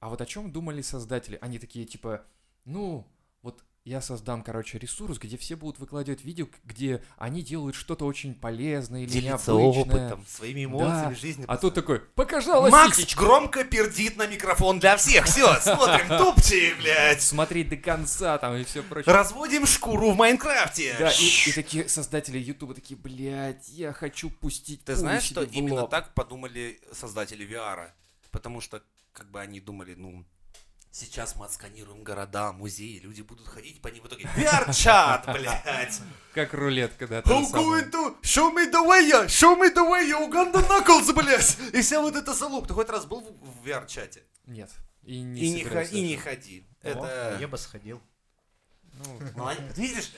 B: а вот о чем думали создатели? Они такие, типа, ну, вот я создам, короче, ресурс, где все будут выкладывать видео, где они делают что-то очень полезное или
A: Делиться
B: необычное.
A: опытом, своими эмоциями,
B: Да.
A: жизнью.
B: А тут такой, показалось
A: Макс громко пердит на микрофон для всех. Все, смотрим, тупчи, блядь.
B: смотреть до конца там и все прочее.
A: Разводим шкуру в Майнкрафте.
B: Да, и, и
A: Щ.
B: такие создатели Ютуба такие, блядь, я хочу пустить
A: Ты знаешь, что
B: пулю себе в
A: именно
B: лоб».
A: так подумали создатели VR? Потому что, как бы они думали, ну, сейчас мы отсканируем города, музеи, люди будут ходить по ним в итоге.
B: <laughs>
A: VR-чат, блядь!
B: Как рулетка, да. та
A: I'm
B: самая.
A: going to show me the way, я- show me the way, я Уганда Knuckles, блядь! И вся вот эта залуп. Ты хоть раз был в в VR-чате?
B: Нет. И не,
A: И не, хо-
B: собираюсь
A: и не
B: даже.
A: ходи.
B: О,
A: Это...
C: Я бы сходил.
B: Ну,
A: Молодец. Видишь?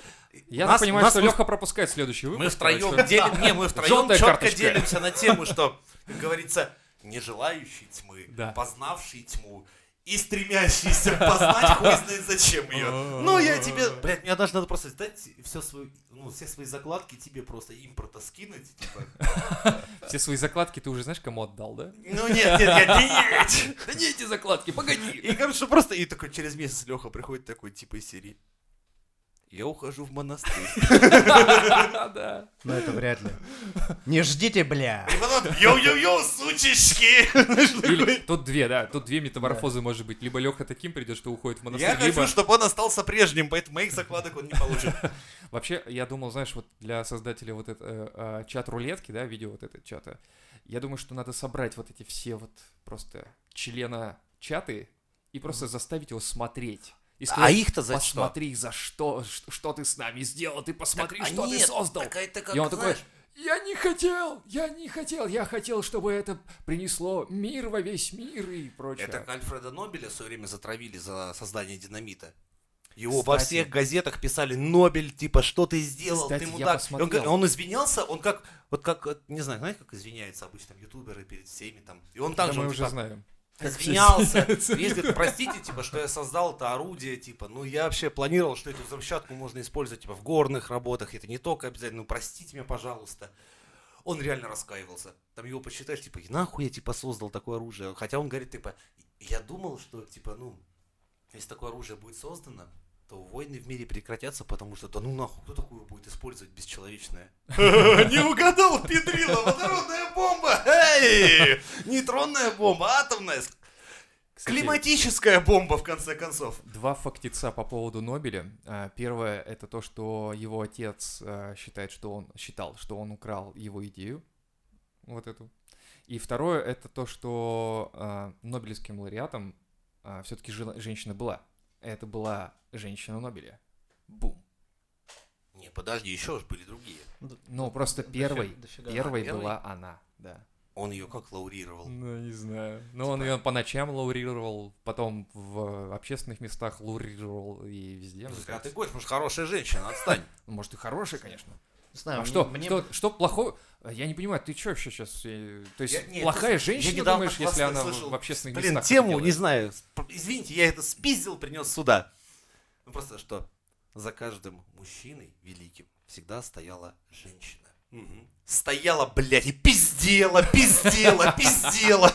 B: Я
A: Нас-
B: так понимаю,
A: нас
B: что
A: мы-
B: Леха пропускает следующий выпуск.
A: Мы втроем
B: короче.
A: делим, не, мы втроем
B: Желтая
A: четко
B: карточка.
A: делимся на тему, что, как говорится, не желающий тьмы,
B: Да.
A: познавший тьму и стремящийся познать хуй знает зачем ее. Ну, я тебе... Блядь, мне даже надо просто дать все свои, ну, все свои закладки тебе просто импорта скинуть. Типа.
B: Все свои закладки ты уже знаешь, кому отдал, да?
A: Ну, нет, нет, нет, нет.
B: Да не эти закладки, погоди.
A: И, короче, просто... И такой через месяц Леха приходит такой, типа, из серии. Я ухожу в монастырь.
B: Да.
C: Но это вряд ли. Не ждите, бля.
A: И потом йоу-йоу-йоу, сучечки!
B: Или тут две, да, тут две метаморфозы может быть. Либо Леха таким придет, что уходит в монастырь,
A: Я хочу,
B: либо...
A: чтобы он остался прежним, поэтому моих закладок он не <laughs> получит.
B: Вообще, я думал, знаешь, вот для создателя вот это, э, а, чат рулетки, да, видео вот это чата, я думаю, что надо собрать вот эти все вот просто члена чаты и просто заставить его смотреть.
A: А
B: И сказать,
A: их-то
B: посмотри, за что, ш- что ты с нами сделал, ты посмотри,
A: а
B: что ты
A: нет,
B: создал.
A: так это как,
B: и он такой,
A: знаешь-
B: я не хотел, я не хотел, я хотел, чтобы это принесло мир во весь мир и прочее.
A: Это Альфреда Нобеля в свое время затравили за создание динамита. Его во
B: Кстати.
A: всех газетах писали Нобель, типа, что ты сделал,
B: Кстати,
A: ты
B: я
A: мудак. И Он,
B: посмотрел.
A: га- он извинялся, он как, вот как, вот, не знаю, знаете, как извиняются обычно ютуберы перед всеми там. И он
B: Да
A: также,
B: мы
A: он,
B: уже
A: типа,
B: знаем.
A: извинялся. Весь говорит, простите, типа, что я создал это орудие, типа, ну я вообще планировал, что эту взрывчатку можно использовать, типа, в горных работах, это не только обязательно, ну простите меня, пожалуйста. Он реально раскаивался. Там его посчитаешь, типа, «И нахуй я, типа, создал такое оружие. Хотя он говорит, типа, я думал, что, типа, ну, если такое оружие будет создано, то войны в мире прекратятся, потому что, да ну нахуй, кто такое будет использовать <laughs> бесчеловечное? Не угадал, педрила, водородная бомба! Эй! Нейтронная бомба, атомная, с-
B: Кстати,
A: климатическая бомба, в конце концов.
B: Два фактица по поводу Нобеля. А, Первое это то, что его отец а, считает, что он считал, что он украл его идею, вот эту. И второе это то, что а, Нобелевским лауреатом все-таки женщина была. Это была женщина Нобеля. Бум.
A: Не, подожди, еще же были другие.
B: Ну просто первой,
C: дофига.
B: первой
A: А, первой?
B: была она, да. Типа.
A: Он ее как лаурировал.
B: Ну, не знаю. Но он ее по ночам лаурировал, потом в э, общественных местах лаурировал и везде. Ну, мне
A: А ты
B: кажется.
A: гость, может, хорошая женщина, отстань.
B: Может, и хорошая, конечно.
C: Не знаю,
B: А
C: мне-
B: что,
C: мне-
B: что, что плохого? А Я не понимаю, ты что вообще сейчас? То есть
A: Я- нет,
B: плохая
A: слушай, я
B: женщина,
A: недавно
B: думаешь, если
A: классно
B: она в-
A: слышал,
B: в общественных
A: Блин,
B: местах
A: тему,
B: это
A: не
B: делает?
A: знаю. Сп- Извините, я это спиздил, принес сюда. Ну просто что, за каждым мужчиной великим всегда стояла женщина. Мгм. Стояла, блядь, и пиздела,
B: <laughs>
A: пиздела, пиздела.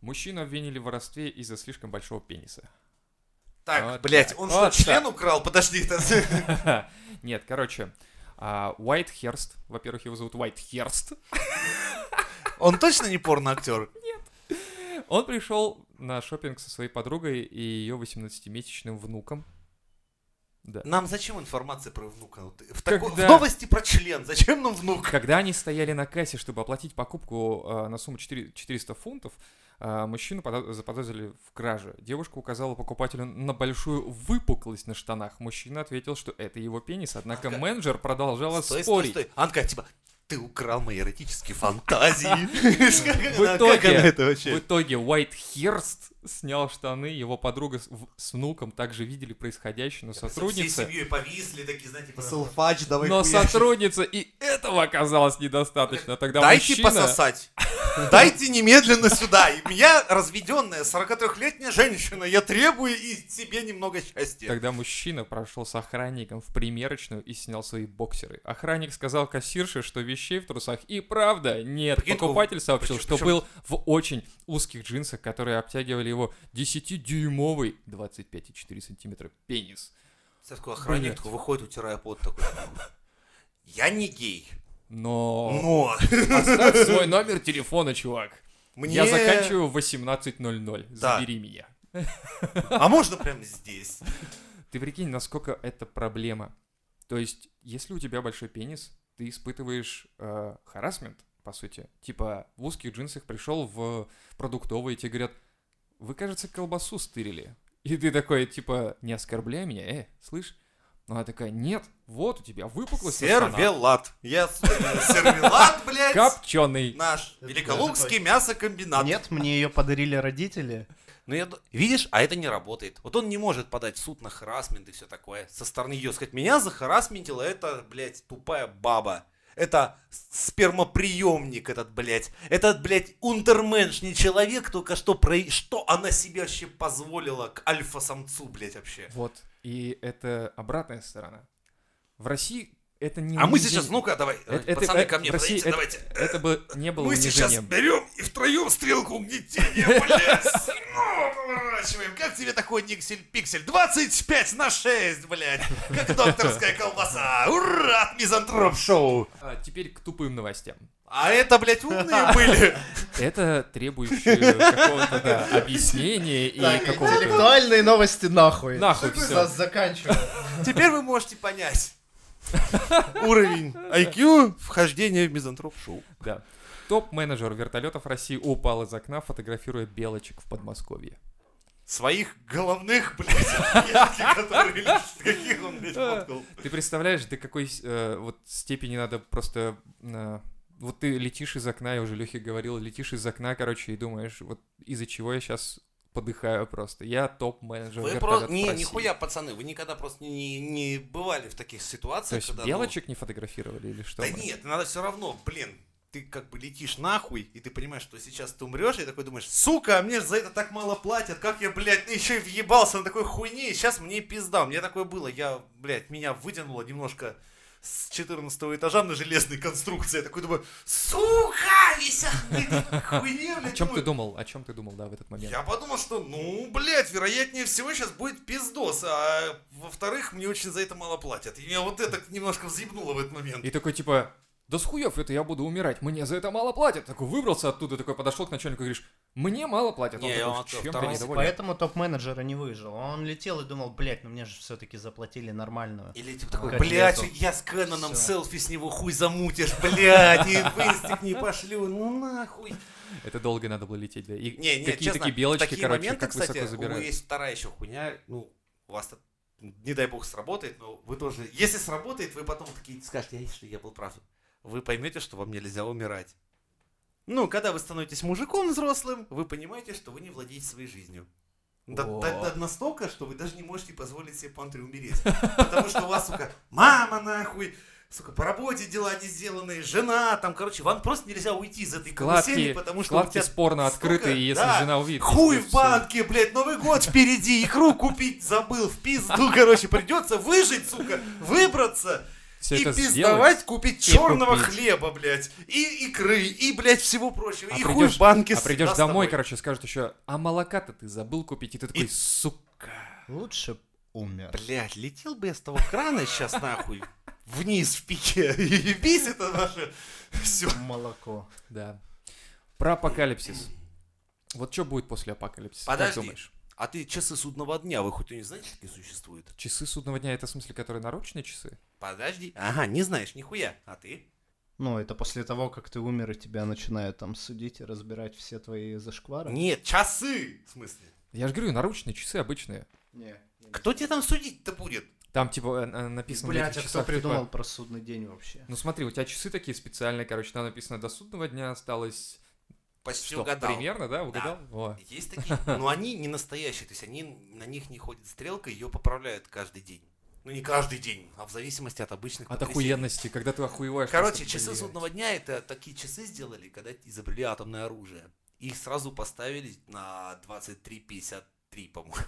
B: Мужчину обвинили в воровстве из-за слишком
A: <laughs>
B: большого пениса.
A: Так,
B: Вот
A: блядь,
B: так,
A: он
B: вот
A: что, член украл? Подожди. это- <laughs>
B: Нет, короче, а, Уайтхерст, во-первых, его зовут Уайтхерст,
A: Он точно не порно-актер?
B: он пришел на шопинг со своей подругой и ее 18-месячным внуком. Да.
A: Нам зачем информация про внука? Вот В, тако- в
B: Когда?
A: новости про член. Зачем нам внук?
B: Когда они стояли на кассе, чтобы оплатить покупку э, на сумму 4 400 фунтов, э, мужчину пода- заподозрили в краже. Девушка указала покупателю на большую выпуклость на штанах. Мужчина ответил, что это его пенис, однако
A: Ага.
B: менеджер продолжала
A: Стой, стой,
B: спорить.
A: стой. Анка, типа, ты украл мои эротические
B: <laughs>
A: фантазии. Как
B: В
A: она- как
B: итоге-
A: она это вообще?
B: В итоге Уайтхерст снял штаны, его подруга с, в- с внуком также видели происходящее, но
A: Всей
B: сотрудница...
A: семьей повисли, такие, знаете, типа,
D: Салфач, давай
B: Но сотрудница и этого оказалось недостаточно. Тогда
A: Дайте
B: мужчина...
A: пососать. Дайте немедленно сюда. И Я разведенная 43-летняя женщина. Я требую и себе немного счастья.
B: Тогда мужчина прошел с охранником в примерочную и снял свои боксеры. Охранник сказал кассирше, что вещей в трусах и правда нет.
A: Прикинь,
B: Покупатель сообщил,
A: причём-
B: что
A: причём-
B: был в очень узких джинсах, которые обтягивали его 10-дюймовый 25,4 сантиметра пенис.
A: Представь, такой охранник
B: Блядь.
A: такой выходит, утирая пот такой. Я не гей,
B: Но
A: но
B: <laughs> оставь свой номер телефона, чувак.
A: мне...
B: Я заканчиваю в 18.00.
A: Да.
B: Забери меня.
A: А можно прямо
B: <laughs>
A: здесь?
B: Ты прикинь, насколько это проблема. То есть, если у тебя большой пенис, ты испытываешь э, харасмент, по сути. Типа, в узких джинсах пришел в продуктовый, и тебе говорят, вы, кажется, колбасу стырили. И ты такой, типа, не оскорбляй меня, э, слышь? Ну, она такая, нет, вот у тебя выпуклость. на штанах.
A: Сервелат. Я с- <laughs> сервелат, блядь.
B: Копченый.
A: Наш великолукский мясокомбинат.
C: Нет, мне ее подарили родители.
A: Но Ну, я... ду- Видишь, а это не работает. Вот он не может подать в суд на харасмент и все такое. Со стороны ее сказать, меня захарасментила эта, блядь, тупая баба. Это с- спермоприемник этот, блядь. Этот, блядь, унтерменш, не человек, только что про... Что она себе вообще позволила к альфа-самцу, блядь, вообще?
B: Вот. И это обратная сторона. В России это не
A: А мы
B: унижение.
A: сейчас, ну-ка, давай,
B: Это- Э, это-
A: пацаны,
B: это-
A: ко мне,
B: в России
A: подойдите,
B: это-
A: давайте.
B: Это бы не было
A: мы сейчас
B: унижением.
A: берем и втроем стрелку угнетения, блядь. переворачиваем. Как тебе такой никсель пиксель? 25 на 6, блядь. Как докторская колбаса. Ура, от мизантроп шоу.
B: А теперь к тупым новостям.
A: А это, блядь, умные были.
B: Это требующее какого-то да, объяснения и
C: Так,
B: какого-то...
C: интеллектуальные новости нахуй.
B: Нахуй
C: Всё,
B: всё.
C: за- Заканчиваем.
A: Теперь вы можете понять. Уровень IQ вхождения в мизантроп шоу.
B: Да. Топ-менеджер вертолетов России упал из окна, фотографируя белочек в Подмосковье.
A: Своих головных, блядь, охуенки, которые лишь- каких он, блядь, фоткал.
B: Ты представляешь, до какой э, вот степени надо просто... э, вот ты летишь из окна, я уже Лехе говорил, летишь из окна, короче, и думаешь, вот из-за чего я сейчас подыхаю просто. Я топ-менеджер
A: Вы
B: вертолетов
A: просто... Не,
B: России.
A: нихуя, пацаны, вы никогда просто не, не бывали в таких ситуациях.
B: То есть
A: когда, ну,
B: белочек не фотографировали или что?
A: Да нет, надо все равно, блин, ты как бы летишь нахуй, и ты понимаешь, что сейчас ты умрешь, и такой думаешь, сука, а мне ж за это так мало платят, как я, блядь, <laughs> еще и въебался на такой хуйне, и сейчас мне пизда, у меня такое было, я, блядь, меня вытянуло немножко с 14 этажа на железной конструкции, я такой думаю, сука, вися, <laughs> хуйне,
B: О
A: блядь,
B: чем ты
A: думаю,
B: думал? О чем ты думал, да, в этот момент?
A: я подумал, что, ну, блядь, вероятнее всего сейчас будет пиздос, а во-вторых, мне очень за это мало платят. И меня вот это немножко взъебнуло в этот момент.
B: И такой типа, да с хуев это я буду умирать, мне за это мало платят. Такой выбрался оттуда, такой подошел к начальнику и говоришь, мне мало платят. Он
A: Не,
B: такой,
A: он
B: чем ты
A: второй-
B: недоволен?
C: Поэтому топ-менеджера не выжил. Он летел и думал, блядь, ну мне же все-таки заплатили нормальную.
A: Или типа такой,
C: Катлету.
A: блядь, я с Кэноном
C: Всё.
A: селфи с него хуй замутишь, блядь, и в инстик не пошлю, ну нахуй.
B: Это долго надо было лететь, да. И
A: Не, не,
B: какие
A: честно,
B: такие белочки,
A: такие
B: короче,
A: моменты,
B: как
A: кстати,
B: высоко
A: у
B: забирают.
A: есть вторая еще хуйня, ну, у вас это, не дай бог, сработает, но вы тоже, если сработает, вы потом такие скажете, «Ай, что я был прав. Вы поймете, что вам нельзя умирать. Ну, когда вы становитесь мужиком взрослым, вы понимаете, что вы не владеете своей жизнью. Да,
C: О.
A: да- да настолько, что вы даже не можете позволить себе пантри умереть. Потому что у вас, сука, мама нахуй, сука, по работе дела не сделанные, жена там, короче, вам просто нельзя уйти из этой карусели,
B: Вкладки,
A: потому что у
B: вкладки
A: тебя
B: спорно
A: столько-
B: открыты, и если
A: да,
B: жена увидит...
A: Хуй
B: то
A: в
B: всё.
A: банке, блядь, Новый год впереди, икру купить забыл, в
B: <laughs>
A: пизду, короче, придется выжить, сука, выбраться
B: Всё
A: и
B: это сделать.
A: пиздовать, купить
B: и
A: черного
B: купить.
A: хлеба, блядь, и икры, и, блядь, всего прочего,
B: А
A: и хуй в банке.
B: а
A: всегда
B: придешь
A: с
B: домой,
A: тобой.
B: короче, скажут еще, а молока-то ты забыл купить, и ты такой, сука.
C: Лучше б умер.
A: Блядь, летел бы я с того крана сейчас нахуй, вниз в пике, <laughs> и бись это наше, все.
C: Молоко.
B: Да. Про апокалипсис. Вот что будет после апокалипсиса? Как
A: Подожди.
B: думаешь?
A: А ты часы судного дня, вы хоть и не знаете, какие существуют?
B: Часы судного дня, это в смысле, которые наручные часы?
A: Подожди. Ага, не знаешь, нихуя. А ты?
C: Ну, это после того, как ты умер, и тебя начинают там судить и разбирать все твои зашквары.
A: Нет, часы! В смысле?
B: Я же говорю, наручные часы обычные.
C: Не.
A: Кто тебя там судить-то будет?
B: Там, типа, э, э, написано... на
C: Блять,
B: этих
C: а кто
B: часах, типа,
C: придумал про судный день вообще?
B: Ну смотри, у тебя часы такие специальные, короче, там написано до судного дня осталось...
A: Почти
B: что,
A: угадал.
B: Примерно, да, угадал? О.
A: Есть такие, но они не настоящие, то есть они на них не ходит стрелка, ее поправляют каждый день. Ну не каждый день, а в зависимости от обычных
B: От
A: потрясений.
B: охуенности, когда ты охуеваешь.
A: Короче,
B: просто,
A: часы
B: блядь.
A: судного дня это такие часы сделали, когда изобрели атомное оружие. Их сразу поставили на 23.53, по-моему.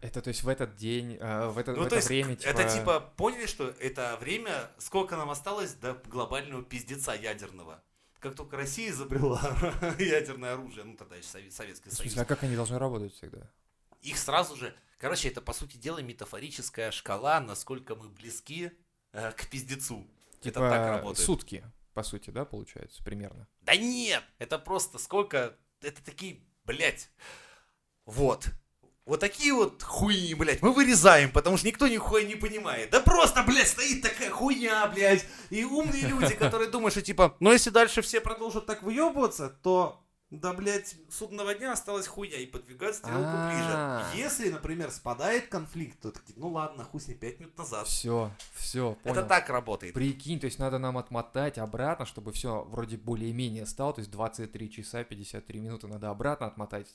B: Это, то есть, в этот день, э, в это, в
A: Ну,
B: это
A: то есть,
B: время,
A: к- это типа поняли, что это время, сколько нам осталось до глобального пиздеца ядерного. Как только Россия изобрела <laughs> ядерное оружие, ну тогда еще Совет- Советский
B: В
A: Союз,
B: смысле, а как они должны работать всегда?
A: их сразу же... Короче, это, по сути дела, метафорическая шкала, насколько мы близки э, к пиздецу.
B: Типа,
A: это так работает.
B: сутки, по сути, да, получается, примерно.
A: Да нет! Это просто сколько... Это такие, блядь... Вот. Вот такие вот хуйни, блядь, мы вырезаем, потому что никто нихуя не понимает. Да просто, блядь, стоит такая хуйня, блядь. И умные люди, которые думают, что типа, ну если дальше все продолжат так выебываться, то да, блядь, судного дня осталась хуйня и подвигать стрелку ближе.
B: А.
A: Если, например, спадает конфликт, то такие, ну ладно, хуй с ним, пять минут назад.
B: Все, все, понял.
A: Это так работает.
B: Прикинь, то есть надо нам отмотать обратно, чтобы все вроде более-менее стало, то есть 23 часа 53 минуты надо обратно отмотать.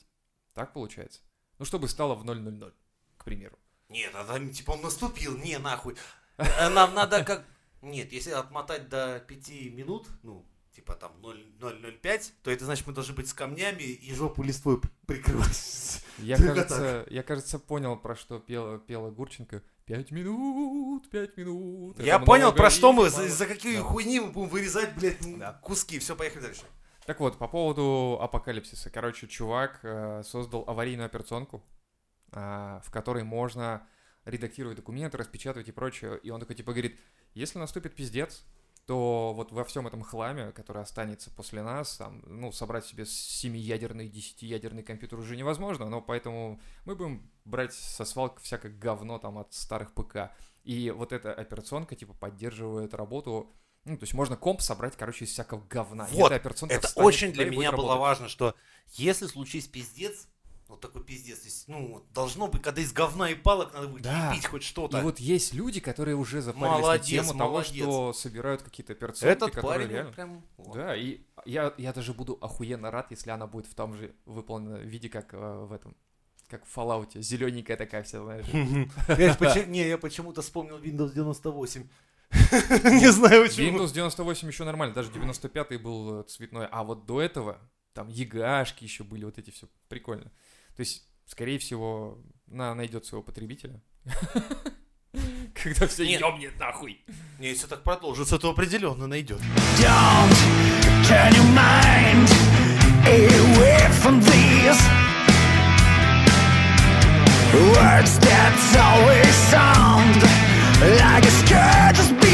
B: Так получается? Ну, чтобы стало в 0.00, к примеру.
A: Нет, а там типа он наступил, не нахуй. Э, Нам надо как... Нет, если отмотать до 5 минут, ну, типа там 0,005, то это значит, мы должны быть с камнями и жопу листвой п- прикрывать.
B: Я,
A: Только
B: кажется, я, кажется, понял, про что пела, пела Гурченко. Пять минут, пять минут.
A: Я
B: это
A: понял,
B: много
A: про
B: и
A: что мы,
B: мало».
A: за, за какие
B: Да.
A: хуйни мы будем вырезать, блядь, м,
B: Да.
A: куски. Все, поехали дальше.
B: Так вот, по поводу апокалипсиса. Короче, чувак э, создал аварийную операционку, а, в которой можно редактировать документы, распечатывать и прочее. И он такой типа говорит, если наступит пиздец, то вот во всем этом хламе, который останется после нас, там, ну, собрать себе семиядерный, десятиядерный компьютер уже невозможно, но поэтому мы будем брать со свалок всякое говно там от старых ПК. И вот эта операционка, типа, поддерживает работу, ну, то есть можно комп собрать, короче, из всякого говна. И
A: Вот,
B: эта операционка
A: Это
B: встанет
A: очень
B: туда
A: для
B: и будет
A: меня было
B: работать.
A: важно, что если случись пиздец, вот такой пиздец, то есть, ну, вот должно быть, когда из говна и палок надо будет
B: Да.
A: лепить хоть
B: И
A: что-то.
B: вот есть люди, которые уже запарились
A: Молодец,
B: на тему
A: молодец.
B: того, что собирают какие-то операционки,
A: Этот
B: которые
A: парень,
B: реально...
A: он прям... вот.
B: Да, и я, я даже буду охуенно рад, если она будет в том же выполненном виде, как э, в этом, как в Fallout, зелененькая такая вся, знаешь.
A: Я почему- Не, я почему-то вспомнил Windows 98. <laughs> Не знаю почему.
B: Windows 98 еще нормально, даже 95 был э, цветной, а вот до этого там ягашки еще были, вот эти все прикольно. То есть, скорее всего, она найдет своего потребителя. <laughs> Когда все
A: Нет.
B: ёбнет нахуй.
A: Не, если так продолжится, то определенно найдет.
D: Don't turn your mind away from these words that always sound like a scourge's beat.